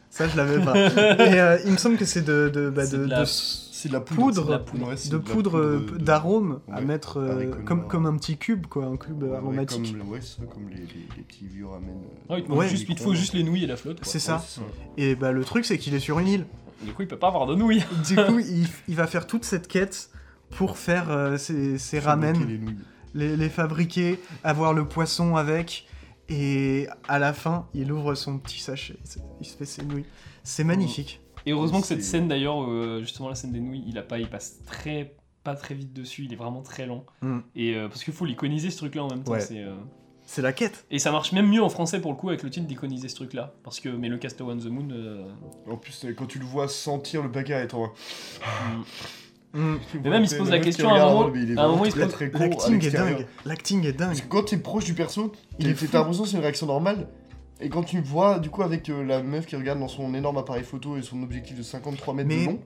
Ça, je l'avais pas. Et euh, il me semble que c'est de de, bah, C'est de- de la- de- C'est de la poudre. Poudre. C'est ouais, c'est de la poudre euh, de- d'arôme à ouais, mettre euh, haricots comme, noirs. comme un petit cube, quoi, un cube Ouais, ouais, aromatique. Comme, ouais, c'est ça, comme les, les- les petits vieux ramènent. euh, Ah, il, te Ouais. faut juste, il te faut juste les nouilles et la flotte. quoi. C'est ça. Ouais, c'est ça. Et bah, le truc, c'est qu'il est sur une île. Du coup, il peut pas avoir de nouilles. Du coup, il, il va faire toute cette quête pour faire euh, ses, ses ramen, Fabriquer les nouilles. les, les fabriquer, avoir le poisson avec. Et à la fin, il ouvre son petit sachet, c'est- il se fait ses nouilles. C'est Mm. magnifique. Et heureusement que C'est- cette scène d'ailleurs, euh, justement la scène des nouilles, il a pas, il passe très pas très vite dessus, il est vraiment très lent. Hmm. Mm. Et euh, parce qu'il faut l'iconiser ce truc-là en même temps. Ouais. c'est, euh, C'est la quête. Et ça marche même mieux en français pour le coup avec le titre d'iconiser ce truc-là, parce que mais le Castaway on the Moon, euh, En plus, euh, quand tu le vois sentir le placard et t'en mm. Mm. Mais même, il se pose la question à un moment- à un moment, il se pose- très con Oh, à L'acting est l'extérieur. dingue. L'acting est dingue. Parce que quand t'es proche du perso, Il t'es- est t'es- fou. t'as l'impression que c'est une réaction normale. Et quand tu me vois, du coup, avec euh, la meuf qui regarde dans son énorme appareil photo et son objectif de 53 mètres Mais- de long,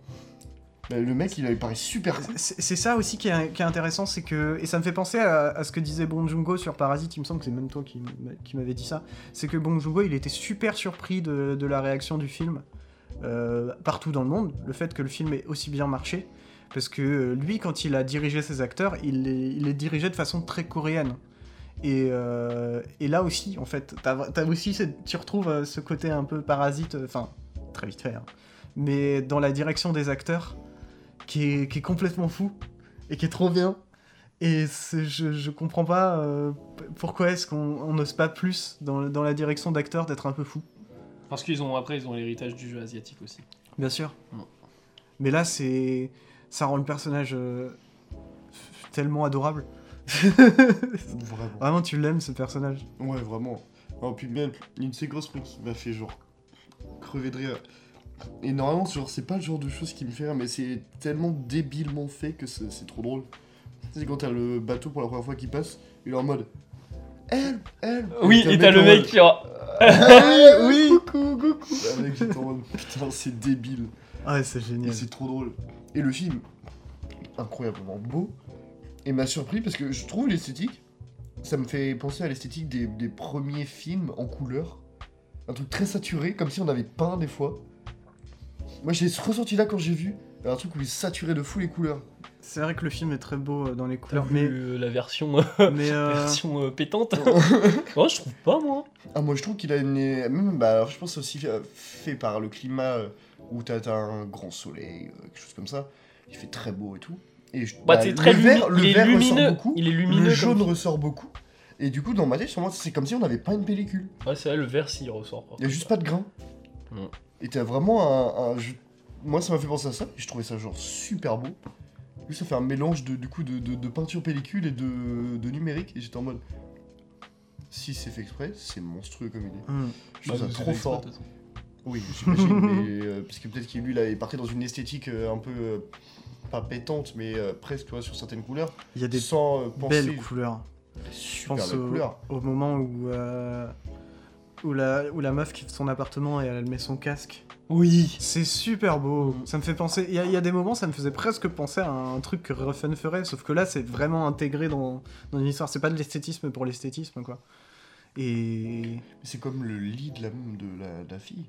bah, le mec, il, il paraît super cool. C'est c'est ça aussi qui est, qui est intéressant, c'est que et ça me fait penser à, à ce que disait Bong Joon-ho sur Parasite. Il me semble que c'est même toi qui, m- qui m'avais dit ça. C'est que Bong Joon-ho, il était super surpris de, de la réaction du film euh, partout dans le monde, le fait que le film ait aussi bien marché, parce que euh, lui, quand il a dirigé ses acteurs, il les, il les dirigeait de façon très coréenne. Et, euh, et là aussi, en fait, t'as- t'as aussi, cette- tu retrouves euh, ce côté un peu parasite, euh, enfin, très vite fait, hein, mais dans la direction des acteurs, qui est, qui est complètement fou et qui est trop bien. Et c'est- je, je comprends pas euh, p- pourquoi est-ce qu'on on n'ose pas plus dans, le- dans la direction d'acteur d'être un peu fou. parce qu'ils ont après ils ont l'héritage du jeu asiatique aussi. Bien sûr. Mm. Mais là, c'est ça rend le personnage euh, tellement adorable. Vraiment. Vraiment, tu l'aimes ce personnage. Ouais, vraiment. Alors, puis même, une séquence truc qui m'a fait genre crever de rire. Et normalement, genre, c'est pas le genre de choses qui me fait rire, mais c'est tellement débilement fait que c'est c'est trop drôle. Tu sais, quand t'as le bateau pour la première fois qui passe, il est en mode. Elle, elle Oui, et t'as le mec qui aura- Oui, coucou, coucou Le mec est en mode putain, c'est débile. Ah, ouais, c'est Et génial. c'est trop drôle. Et le film, incroyablement beau, et m'a surpris parce que je trouve l'esthétique, ça me fait penser à l'esthétique des, des premiers films en couleur. Un truc très saturé, comme si on avait peint des fois. Moi j'ai ressenti là quand j'ai vu un truc où il est saturé de fou les couleurs. C'est vrai que le film est très beau euh, dans les T'as couleurs, vu mais euh, la version euh, mais euh, version euh, pétante. oh, je trouve pas moi. Ah moi je trouve qu'il a une... Même, bah, alors, je pense que c'est aussi euh, fait par le climat euh, où t'as t'as un grand soleil, euh, quelque chose comme ça. Il fait très beau et tout. Et je- Bah, bah, c'est très le lumi- vert, le il est vert ressort lumineux, beaucoup. il est lumineux. Le comme jaune film. ressort beaucoup. Et du coup, dans ma tête, sur moi, c'est comme si on n'avait pas une pellicule. Ouais, c'est vrai, le vert s'il ressort. par Il y a contre. juste pas de grain. Non. Et t'as vraiment un. un- je- Moi, ça m'a fait penser à ça. Et je trouvais ça genre super beau. Du coup, ça fait un mélange de, du coup, de, de- de peinture pellicule et de, de numérique. Et j'étais en mode. Si c'est fait exprès, c'est monstrueux comme idée. hmm. Je Bah, trouve c'est ça trop fait fort. exprès, de toute façon. Oui, j'imagine. mais, euh, parce que peut-être qu'il lui, là, est parti dans une esthétique euh, un peu. euh, pas pétante, mais euh, presque, tu vois, sur certaines couleurs. il y a des sans euh, penser. belles couleurs. Je Super pense belle au, couleur. au moment où, euh, où, la, où la meuf quitte son appartement et elle met son casque. Oui. C'est super beau. Mhm. Ça me fait penser. Il y, a- il y a des moments, ça me faisait presque penser à un truc que Ruffin ferait, sauf que là, c'est vraiment intégré dans, dans une histoire. C'est pas de l'esthétisme pour l'esthétisme, quoi. Et. Mais C'est comme le lit de la, de la, de la fille.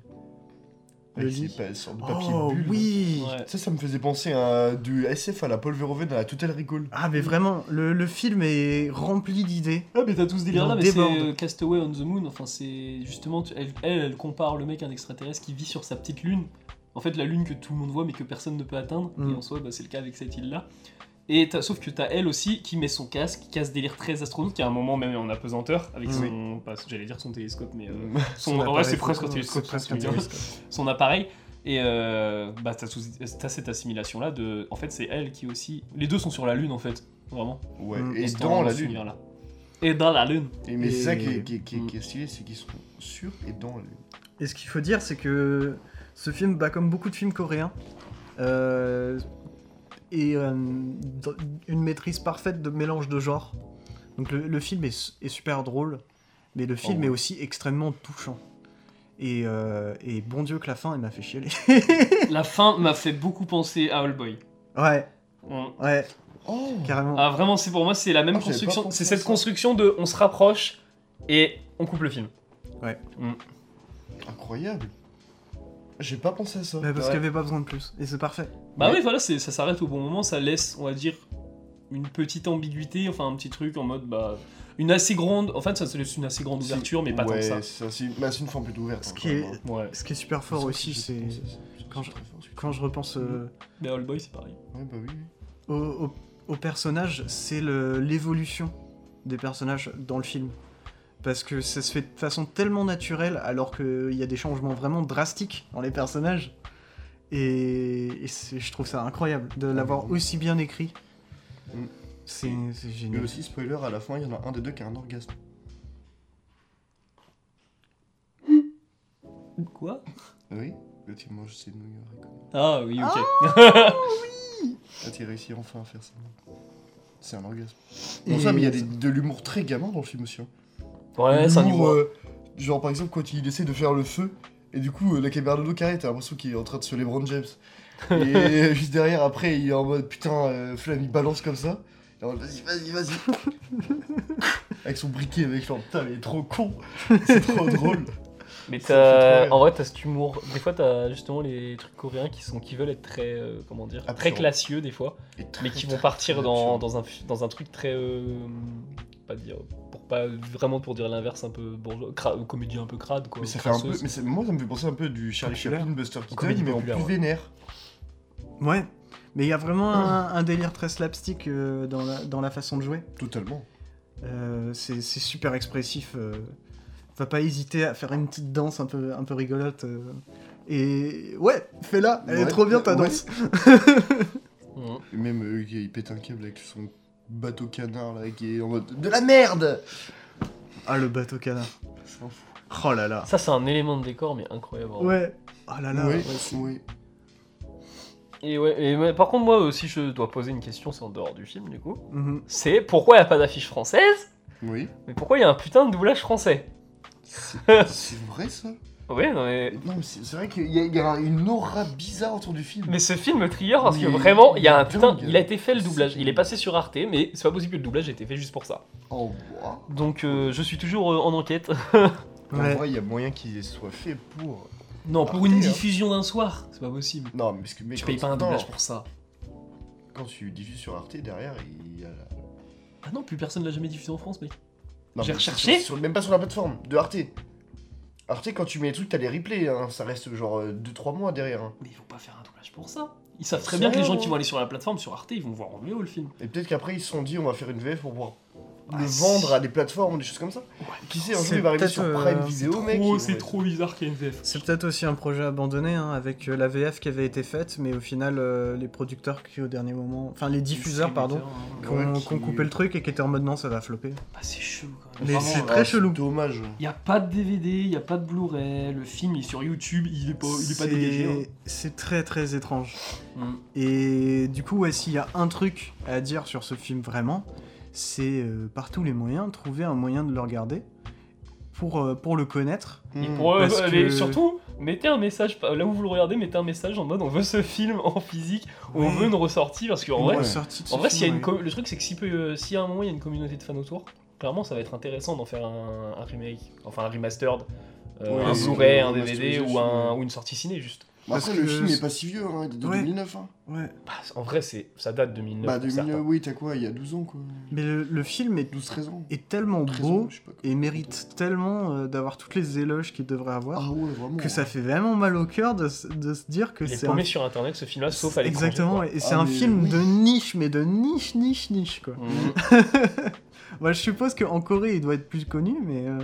Le Avec lit. ses pa- sortes de papier Oh bulle. oui Ouais. Ça, ça me faisait penser à du SF à la Paul Verhoeven à la Total Recall. Ah, mais vraiment, le, le film est rempli d'idées. Ah mais t'as tous ce délire Il en là, mais c'est déborde. euh, Castaway on the Moon, enfin c'est justement, tu- elle, elle, elle compare le mec à un extraterrestre qui vit sur sa petite lune, en fait la lune que tout le monde voit mais que personne ne peut atteindre, Mm. et en soi bah, c'est le cas avec cette île là. Et t'as- sauf que t'as elle aussi qui met son casque, qui a ce délire très astronomique, qui a un moment même en apesanteur, avec Mm. son, pas- j'allais dire son télescope, mais euh, Son son, ouais, appareil c'est presque un photo, télescope, c'est ça presque se un dit bien. son appareil. Et euh, bah, t'as, sous- t'as cette assimilation là de. En fait, c'est elle qui aussi. Les deux sont sur la lune en fait, vraiment. Ouais, Mm. et On se dans rend la cet lune. univers-là. Et dans la lune. Et mais c'est ça qui est, Et- qui est- qui est- Mm. qui est stylé, c'est qu'ils sont sûrs et dans la lune. Et ce qu'il faut dire, c'est que ce film, bah, comme beaucoup de films coréens, euh, est euh, d- une maîtrise parfaite de mélange de genres. Donc le, le film est, su- est super drôle, mais le film Oh, ouais. est aussi extrêmement touchant. Et, euh, et bon Dieu que la fin, elle m'a fait chialer. La fin m'a fait beaucoup penser à Hellboy. ouais, On- ouais, Oh carrément. Ah vraiment, c'est pour moi, c'est la même Ah, j'avais pas construction. pensé C'est à cette ça. construction de on se rapproche et on coupe le film. Incroyable J'ai pas pensé à ça. Bah, parce ouais. qu'il n'y avait pas besoin de plus. Et c'est parfait. Bah Ouais. oui, voilà, c'est- ça s'arrête au bon moment, ça laisse, on va dire, une petite ambiguïté, enfin un petit truc en mode bah une assez grande. En fait, ça se laisse une assez grande Si- ouverture, mais pas ouais, tant que ça. c'est ça, C'est bah, c'est une forme plus ouverte. Ce hein, qui quand est- même, hein. Ouais. Ce qui est super fort Parce que aussi, j'ai c'est pensé à ça, c'est- quand c'est je- très fort, celui-là. quand je repense euh, Mais Hellboy, c'est pareil. Ouais, bah oui. au, au- au personnage, c'est le- l'évolution des personnages dans le film. Parce que ça se fait de façon tellement naturelle, alors qu'il y a des changements vraiment drastiques dans les personnages. Et, et c'est- je trouve ça incroyable de l'avoir oui. aussi bien écrit. Mm. C'est c'est Mais génial. aussi, spoiler, à la fin, il y en a un des deux qui a un orgasme. Quoi Oui Le type mange ses nouilles haricots. Ah oui, ok. Ah, t'es réussi enfin à faire ça. C'est un orgasme. Et- Bon, ça, mais il y a des- de l'humour très gamin dans le film aussi. hein. Ah ouais, c'est un L'humour, niveau. euh, genre, par exemple, quand il essaie de faire le feu, et du coup, euh, la caméra de l'eau carrée, t'as l'impression qu'il est en train de se LeBron James. Et euh, juste derrière, après, il est en mode putain, euh, Flamme, il balance comme ça. Et en mode, vas-y, vas-y, vas-y. Avec son briquet, avec genre, putain, mais il est trop con. C'est trop drôle. Mais Ça me fait trop t'as, rire. en vrai, t'as cet humour. Des fois, t'as justement les trucs coréens qui sont qui veulent être très, euh, comment dire, très Absurde. classieux des fois, Et très, mais qui très, vont partir très dans, absurde. dans un dans un truc très, euh, pas dire, pour pas vraiment pour dire l'inverse, un peu bourgeois, cra- euh, comédie un peu crade quoi. Mais ça fait un peu. crasseuse. Mais c'est- moi, ça me fait penser un peu du Charlie Populaire. Chaplin, Buster Keaton, Comédie mais en populaire, plus ouais. vénère. Ouais, mais il y a vraiment un, un délire très slapstick euh, dans, la, dans la façon de jouer. Totalement. Euh, c'est c'est super expressif. euh. Va pas hésiter à faire une petite danse un peu, un peu rigolote. euh. Et ouais, fais-la, elle est Ouais, trop bien ta ouais. danse. Mhm. Et même, euh, il pète un câble avec son bateau canard là, qui est en mode de la merde. Ah, le bateau canard. C'est un fou. Oh là là. Ça, c'est un élément de décor, mais incroyable. vraiment. Ouais. Oh Ah là là. oui, ouais, c'est- oui. Et ouais. Et ouais, par contre, moi aussi, je dois poser une question, c'est en dehors du film du coup. Mhm. C'est pourquoi il y a pas d'affiche française Oui, Mais pourquoi il y a un putain de doublage français c'est vrai ça Ouais, non mais. Non, mais c'est c'est vrai qu'il y, a- il y a une aura bizarre autour du film. Mais ce film trigger parce que Mais vraiment, il y a un dingue. putain, il a été fait le C'est doublage. Il est dingue. passé sur Arte, mais c'est pas possible que le doublage ait été fait juste pour ça. En bois Donc euh, je suis toujours euh, en enquête. Ouais. En vrai, il y a moyen qu'il soit fait pour. Non, pour une diffusion d'un soir, c'est pas possible. Non, mais parce que. Mais Je quand- paye pas un non, doublage pour ça. Quand tu diffuses sur Arte, derrière, il y a. la- Ah non, plus personne l'a jamais diffusé en France, mec. Non, J'ai mais recherché sur- sur- Même pas sur la plateforme, de Arte. Arte, quand tu mets les trucs, t'as les replays, hein, ça reste genre 2-3 mois derrière. hein. Mais ils vont pas faire un doublage pour ça. Ils savent très C'est bien que les gens vrai, qui ouais. vont aller sur la plateforme sur Arte, ils vont voir en VO le film. Et peut-être qu'après, ils se sont dit, on va faire une VF pour pouvoir Ah, le si. vendre à des plateformes, des choses comme ça. Qui sait, un C'est jour, il va arriver peut-être, sur euh, Prime c'est Video, mec. et on Oh, va c'est être- trop bizarre qu'il y ait une VF. C'est peut-être aussi un projet abandonné hein, avec euh, la VF qui avait été faite, mais au final, euh, les producteurs qui, au dernier moment. Enfin, les diffuseurs, pardon, qui Ouais, ont, qui- qui ont coupé le truc et qui étaient en mode non, ça va flopper. hein. Bah, c'est chelou quand même. Mais Vraiment, c'est là. très ah, chelou. Dommage. Y a pas de DVD, y a pas de Blu-ray, le film il est sur YouTube, il est pas, il est pas C'est- dégagé. hein. C'est très très étrange. Mm. Et du coup, ouais, s'il y a un truc à dire sur ce film vraiment, c'est euh, par tous les moyens trouver un moyen de le regarder pour, euh, pour le connaître. Et Hmm. pour eux, parce euh, mais que- surtout, mettez un message, là où vous le regardez, mettez un message en mode on veut ce film en physique, on Ouais. veut une ressortie, parce qu'en Une vrai, ressortie de ce en vrai s'il y a film, une ouais. com- le truc c'est que si, peut- euh, s'il y a un moment il y a une communauté de fans autour, clairement ça va être intéressant d'en faire un, un remake, enfin un remastered, euh, Ouais, un et- Blu-ray, et un DVD remasterisation, ou, un- ouais. ou une sortie ciné juste. Bah, Parce après, le que film c'est- est pas si vieux, hein, il est de Ouais. 2009. Hein. Ouais. Bah, en vrai c'est, ça date de 2009. Bah, pour certains. 2009, oui, t'as quoi Il y a 12 ans, quoi. Mais le, le film est, 12-13 ans. est tellement 13 beau ans, je sais pas. quoi. et mérite tellement euh, d'avoir toutes les éloges qu'il devrait avoir Ah ouais, vraiment. que ça ouais. fait vraiment mal au cœur de, se- de se dire que Il est c'est un paumé sur internet ce film là, sauf à l'écran. Exactement, ouais. et c'est Ah, un mais film oui. de niche, mais de niche, niche, niche, quoi. Mm. Bah, je suppose qu'en Corée, il doit être plus connu, mais, euh,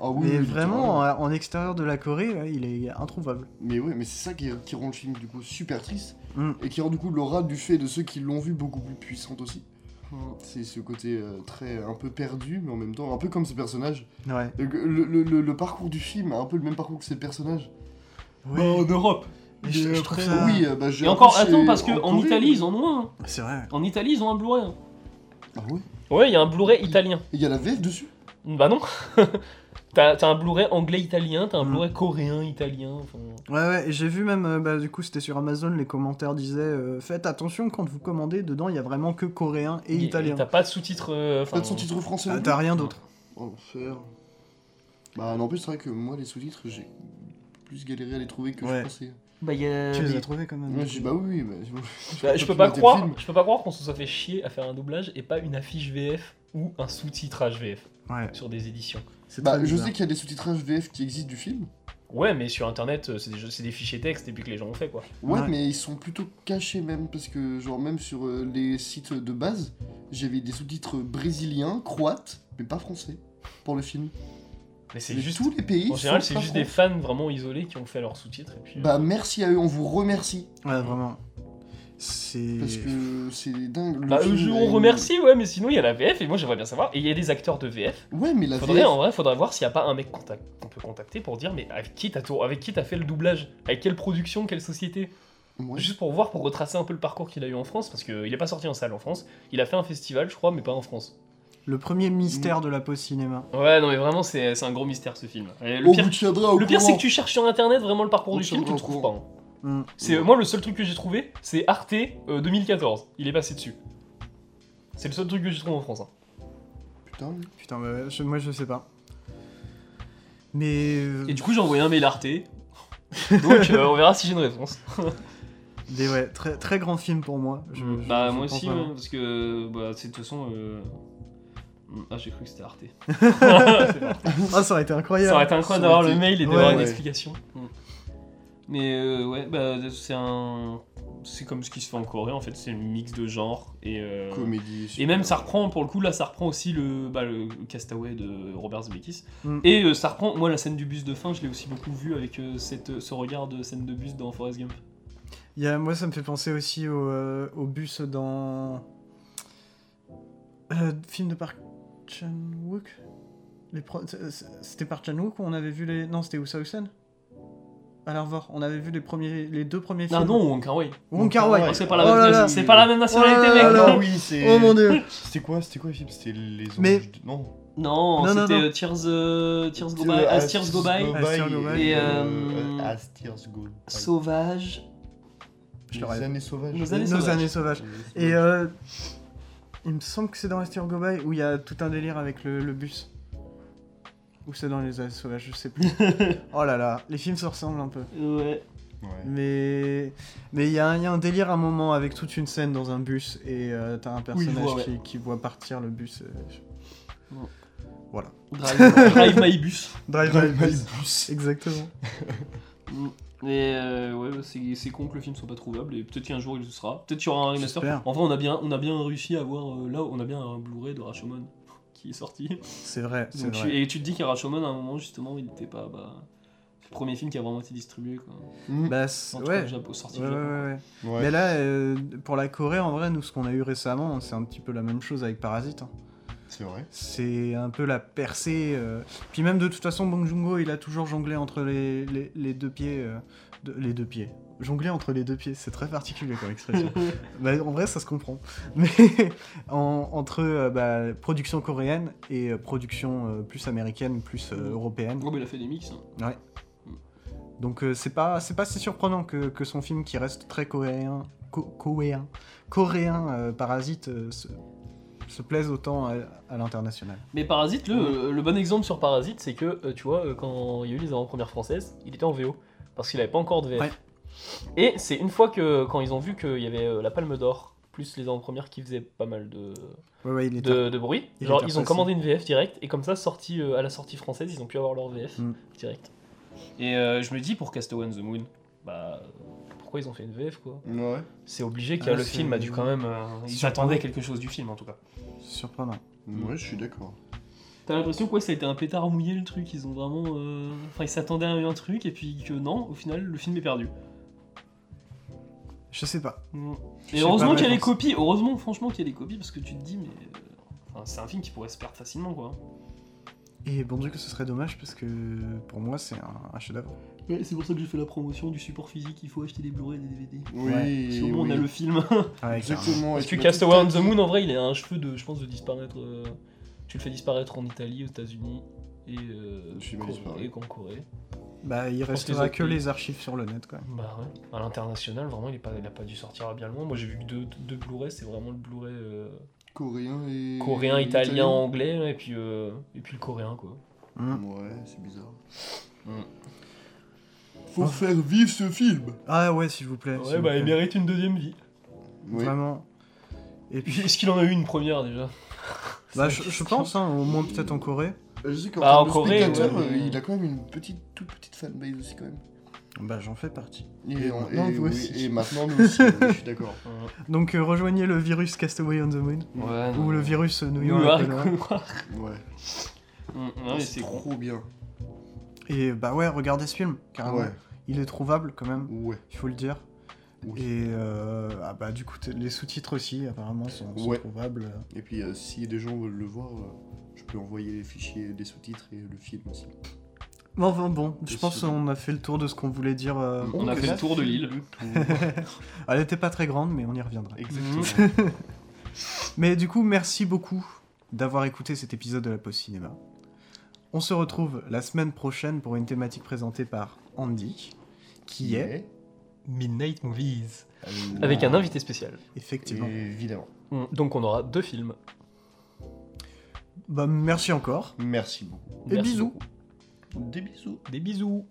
Ah oui, mais vraiment, hein. oui, euh, littéralement. en, en extérieur de la Corée, ouais, il est introuvable. Mais ouais, mais c'est ça qui, qui rend le film du coup super triste Mm. et qui rend du coup l'aura du fait de ceux qui l'ont vu beaucoup plus puissante aussi. C'est ce côté euh, très un peu perdu, mais en même temps un peu comme ces personnages. Ouais. Le, le- le- le- le parcours du film a un peu le même parcours que ces personnages. Ouais. Oh, en Europe. Mais je- Mais je trouve après, ça- Oui, euh, bah, j'ai Et un encore, peu chez- attends, parce qu'en Corée, Italie ils en ont un. hein. C'est vrai. En Italie ils ont un Blu-ray. hein. Ah ouais. Ouais, il y a un Blu-ray italien. Et il y a la VF dessus. Bah non T'as t'as un Blu-ray anglais-italien, t'as un Mm. Blu-ray coréen-italien, enfin... Ouais, ouais, et j'ai vu même, euh, bah, du coup, c'était sur Amazon, les commentaires disaient euh, Faites attention quand vous commandez, dedans, il y a vraiment que coréen et et- et italien. T'as pas de sous-titres... euh, enfin, Pas de son titre français. Ah, non T'as rien non. d'autre. Oh, l'enfer. Bah non, en plus c'est vrai que moi les sous-titres j'ai plus galéré à les trouver que Ouais. je pensais. Bah, y a- Tu les as trouvés quand même. Moi, j'ai- bah oui, oui, bah, je- Bah, je, peux pu pas mater le croire, film. je peux pas croire qu'on se soit fait chier à faire un doublage et pas une affiche VF ou un sous-titrage VF Ouais, sur des éditions. c'est Bah, très je bizarre. sais qu'il y a des sous-titrages VF qui existent du film. Ouais, mais sur internet, euh, c'est des, jeux- c'est des fichiers texte et puis que les gens ont fait quoi. Ouais, Ouais. mais ils sont plutôt cachés même parce que genre même sur euh, les sites de base, j'avais des sous-titres brésiliens, croates, mais pas français pour le film. Mais c'est Mais juste. tous les pays. En général, sauf c'est la juste des France. fans vraiment isolés qui ont fait leurs sous-titres. Et puis, euh, Bah merci à eux, on vous remercie Ouais, vraiment. C'est. parce que c'est dingue. le bah, film je- a on une- remercie, ouais, mais sinon il y a la VF et moi j'aimerais bien savoir. Et il y a des acteurs de VF Ouais, mais la Faudrait, VF. en vrai, faudrait voir s'il n'y a pas un mec contact- qu'on peut contacter pour dire mais avec qui t'as tour- avec qui t'as fait le doublage, avec quelle production, quelle société, Ouais. juste pour voir, pour retracer un peu le parcours qu'il a eu en France, parce qu'il n'est pas sorti en salle en France, il a fait un festival, je crois, mais pas en France. Le Mm. premier mystère de la pause cinéma. Ouais, non mais vraiment c'est c'est un gros mystère ce film. Et le On pire, vous tiendra au le pire, c'est courant. que tu cherches sur internet vraiment le parcours On du film, tu tiendra le au trouves pas. courant. hein. Mm. C'est euh, moi le seul truc que j'ai trouvé, c'est Arte euh, 2014. Il est passé dessus. C'est le seul truc que j'ai trouvé en France. hein. Putain. Putain, bah, je- moi je sais pas. Mais. euh, Et du coup j'ai envoyé un mail à Arte. Donc euh, on verra si j'ai une réponse. Des, ouais, très, très grand film pour moi. Je, je- bah je moi pense aussi, vraiment. ouais, parce que bah, c'est de toute façon... euh, Ah j'ai cru que c'était Arte. C'est parti. Ah, ça aurait été incroyable. ça aurait été incroyable d'avoir le mail et d'avoir Ouais, une ouais. explication. Mm. Mais euh, ouais, bah, c'est un... C'est comme ce qui se fait en Corée en fait, c'est un mix de genres et... euh, Comédie. Et même ça super. reprend, pour le coup, là ça reprend aussi le, bah, le Castaway de Robert Zemeckis. Mm. Et euh, ça reprend, moi la scène du bus de fin, je l'ai aussi beaucoup vu avec euh, cette, ce regard de scène de bus dans Forrest Gump. Il y a- moi, ça me fait penser aussi au, euh, au bus dans. Euh, film de Park Chan-wook Les pro- c'est- c'est- C'était Park Chan-wook où on avait vu les. Non, c'était Husausen À l'Arvor, on avait vu les, premiers, les deux premiers films. Ah non, Wong Kar-wai. Wong Kar-wai. Ouais. Oh, c'est pas la Oh même là nation- là. c'est pas la même nationalité, Oh là mec. là. Ah oui, c'est. Oh mon dieu C'était quoi, c'était quoi, le film C'était les anges. Mais- de- Non. Non, Non, non, c'était non. euh, Tears, euh, Tears Go By, Euh, As Tears Go By, As Tears Go By. Et. Et, euh, euh, As Tears Go By. Sauvage. Je Les l'aurais- années sauvages. Nos Nos années sauvages. années sauvages. Et euh, il me semble que c'est dans Aster Gobai où il y a tout un délire avec le, le bus. Ou c'est dans les années sauvages, je sais plus. oh là là, les films se ressemblent un peu. Ouais. Ouais. Mais mais il y, a un- il y a un délire à un moment avec toute une scène dans un bus et euh, t'as un Oui, je personnage vois, ouais. qui, qui voit partir le bus. euh, je- Ouais. Voilà. Drive, Drive My Bus. Drive Drive My My Bus. Exactement. Et euh, ouais, c'est c'est con que le film soit pas trouvable et peut-être qu'un jour il le sera. Peut-être qu'il y aura un remaster. J'espère. Enfin, on a bien, on a bien réussi à avoir euh, là, on a bien un Blu-ray de Rashomon qui est sorti. C'est vrai, c'est Donc tu- vrai. et tu te dis qu'à Rashomon, à un moment justement, il était pas. Bah, c'est le premier film qui a vraiment été distribué quoi. Mm. Bah, c'est- En tout cas, au ouais. Japon, sorti Ouais, au ouais, Japon. ouais, ouais. Ouais. Mais là, euh, pour la Corée, en vrai, nous, ce qu'on a eu récemment, c'est un petit peu la même chose avec Parasite. hein. C'est vrai. C'est un peu la percée. euh. Puis même de toute façon, Bong Joon-ho, il a toujours jonglé entre les, les- les deux pieds. euh, de- les deux pieds. Jongler entre les deux pieds, c'est très particulier comme expression. Bah, en vrai, ça se comprend. Mais en- entre euh, bah, production coréenne et euh, production euh, plus américaine, plus euh, européenne. bah, Gros, mais il a fait des mix. hein. Donc euh, c'est pas c'est pas si surprenant que, que son film qui reste très coréen co- coréen coréen euh, parasite euh, se, se plaise autant à, à l'international. Mais Parasite, le, euh, le bon exemple sur Parasite, c'est que, euh, tu vois, euh, quand il y a eu les avant-premières françaises, il était en VO. Parce qu'il avait pas encore de VF. Ouais. Et c'est une fois que, quand ils ont vu qu'il y avait euh, la Palme d'Or, plus les avant-premières qui faisaient pas mal de, Ouais ouais, il est de, de bruit, Il genre était ils ont repassé. commandé une VF direct, et comme ça, sorti, euh, à la sortie française, ils ont pu avoir leur VF Mm. direct. Et euh, je me dis, pour Castaway on the Moon, bah, pourquoi ils ont fait une VF, quoi Ouais. C'est obligé que Ah, le c'est- film a dû quand même... euh, ils Surprenant. attendaient quelque chose du film, en tout cas. surprenant. Ouais, je suis d'accord. T'as l'impression quoi ça a été un pétard mouillé le truc. Ils ont vraiment. euh, Enfin, ils s'attendaient à un truc et puis que non, au final, le film est perdu. Je sais pas. Mm. Je Et sais heureusement pas, qu'il y a mais les bon, copies, heureusement, franchement, qu'il y a les copies parce que tu te dis, mais. euh, enfin, c'est un film qui pourrait se perdre facilement quoi. Et bon dieu que ce serait dommage parce que pour moi c'est un, un chef-d'œuvre. Ouais, c'est pour ça que j'ai fait la promotion du support physique, il faut acheter des Blu-ray et des DVD. Oui, Parce qu'au moins, oui. on a le film. Ah Ouais, carrément. Exactement. Parce et que tu m'as Castaway tout on the Moon, en vrai, il a un cheveu de, je pense, de disparaître. euh, tu le fais disparaître en Italie, aux États-Unis et, euh, Je suis mal Corée- disparu. et en Corée. Bah il pense restera les que autres- les archives sur le net quand même. Bah ouais. À l'international, vraiment, il, est pas, il a pas dû sortir à bien loin. Moi, j'ai vu que deux, deux Blu-ray, c'est vraiment le Blu-ray euh, Coréen et. coréen, italien, anglais, ouais, et puis, euh, et puis le coréen, quoi. Hum. Hein Ouais, c'est bizarre. Faut faire vivre ce film Ah ouais s'il vous plaît. s'il Ouais, vous bah, il plaît. mérite une deuxième vie. Oui. Euh, Vraiment. Et puis Est-ce qu'il en a eu une première déjà bah, je, je pense hein, au moins peut-être en Corée. Je sais qu'en Bah, termes en de Corée, spectateurs, ouais. euh, il a quand même une petite, toute petite fanbase aussi quand même. Bah j'en fais partie. Et, en- maintenant, et vous oui, aussi. et maintenant, nous aussi, oui, je suis d'accord. Donc euh, rejoignez le virus Castaway on the Moon. Ouais, Ou le virus euh, New York. voilà. Ouais. Mm, Hum, non, mais Oh, c'est c'est gros. trop bien. Et bah ouais, regardez ce film, carrément. Ouais, Il est trouvable quand même, ouais. il faut le dire. Oui. Et euh, ah bah du coup, t- les sous-titres aussi, apparemment, sont, sont Ouais. trouvables. Et puis, euh, si des gens veulent le voir, euh, je peux envoyer les fichiers des sous-titres et le film aussi. Bon, enfin bon, je Des pense sous-titres. qu'on a fait le tour de ce qu'on voulait dire. euh, Mm. On a que fait ça. le tour de l'île. Elle était pas très grande, mais on y reviendra. Exactement. Mais du coup, merci beaucoup d'avoir écouté cet épisode de la Post Cinéma. On se retrouve la semaine prochaine pour une thématique présentée par Andy, qui est Midnight Movies. Euh, Avec un invité spécial. effectivement. Évidemment. Donc, on aura deux films. Bah merci encore Merci beaucoup. et Merci bisous. beaucoup. Des bisous. Des bisous.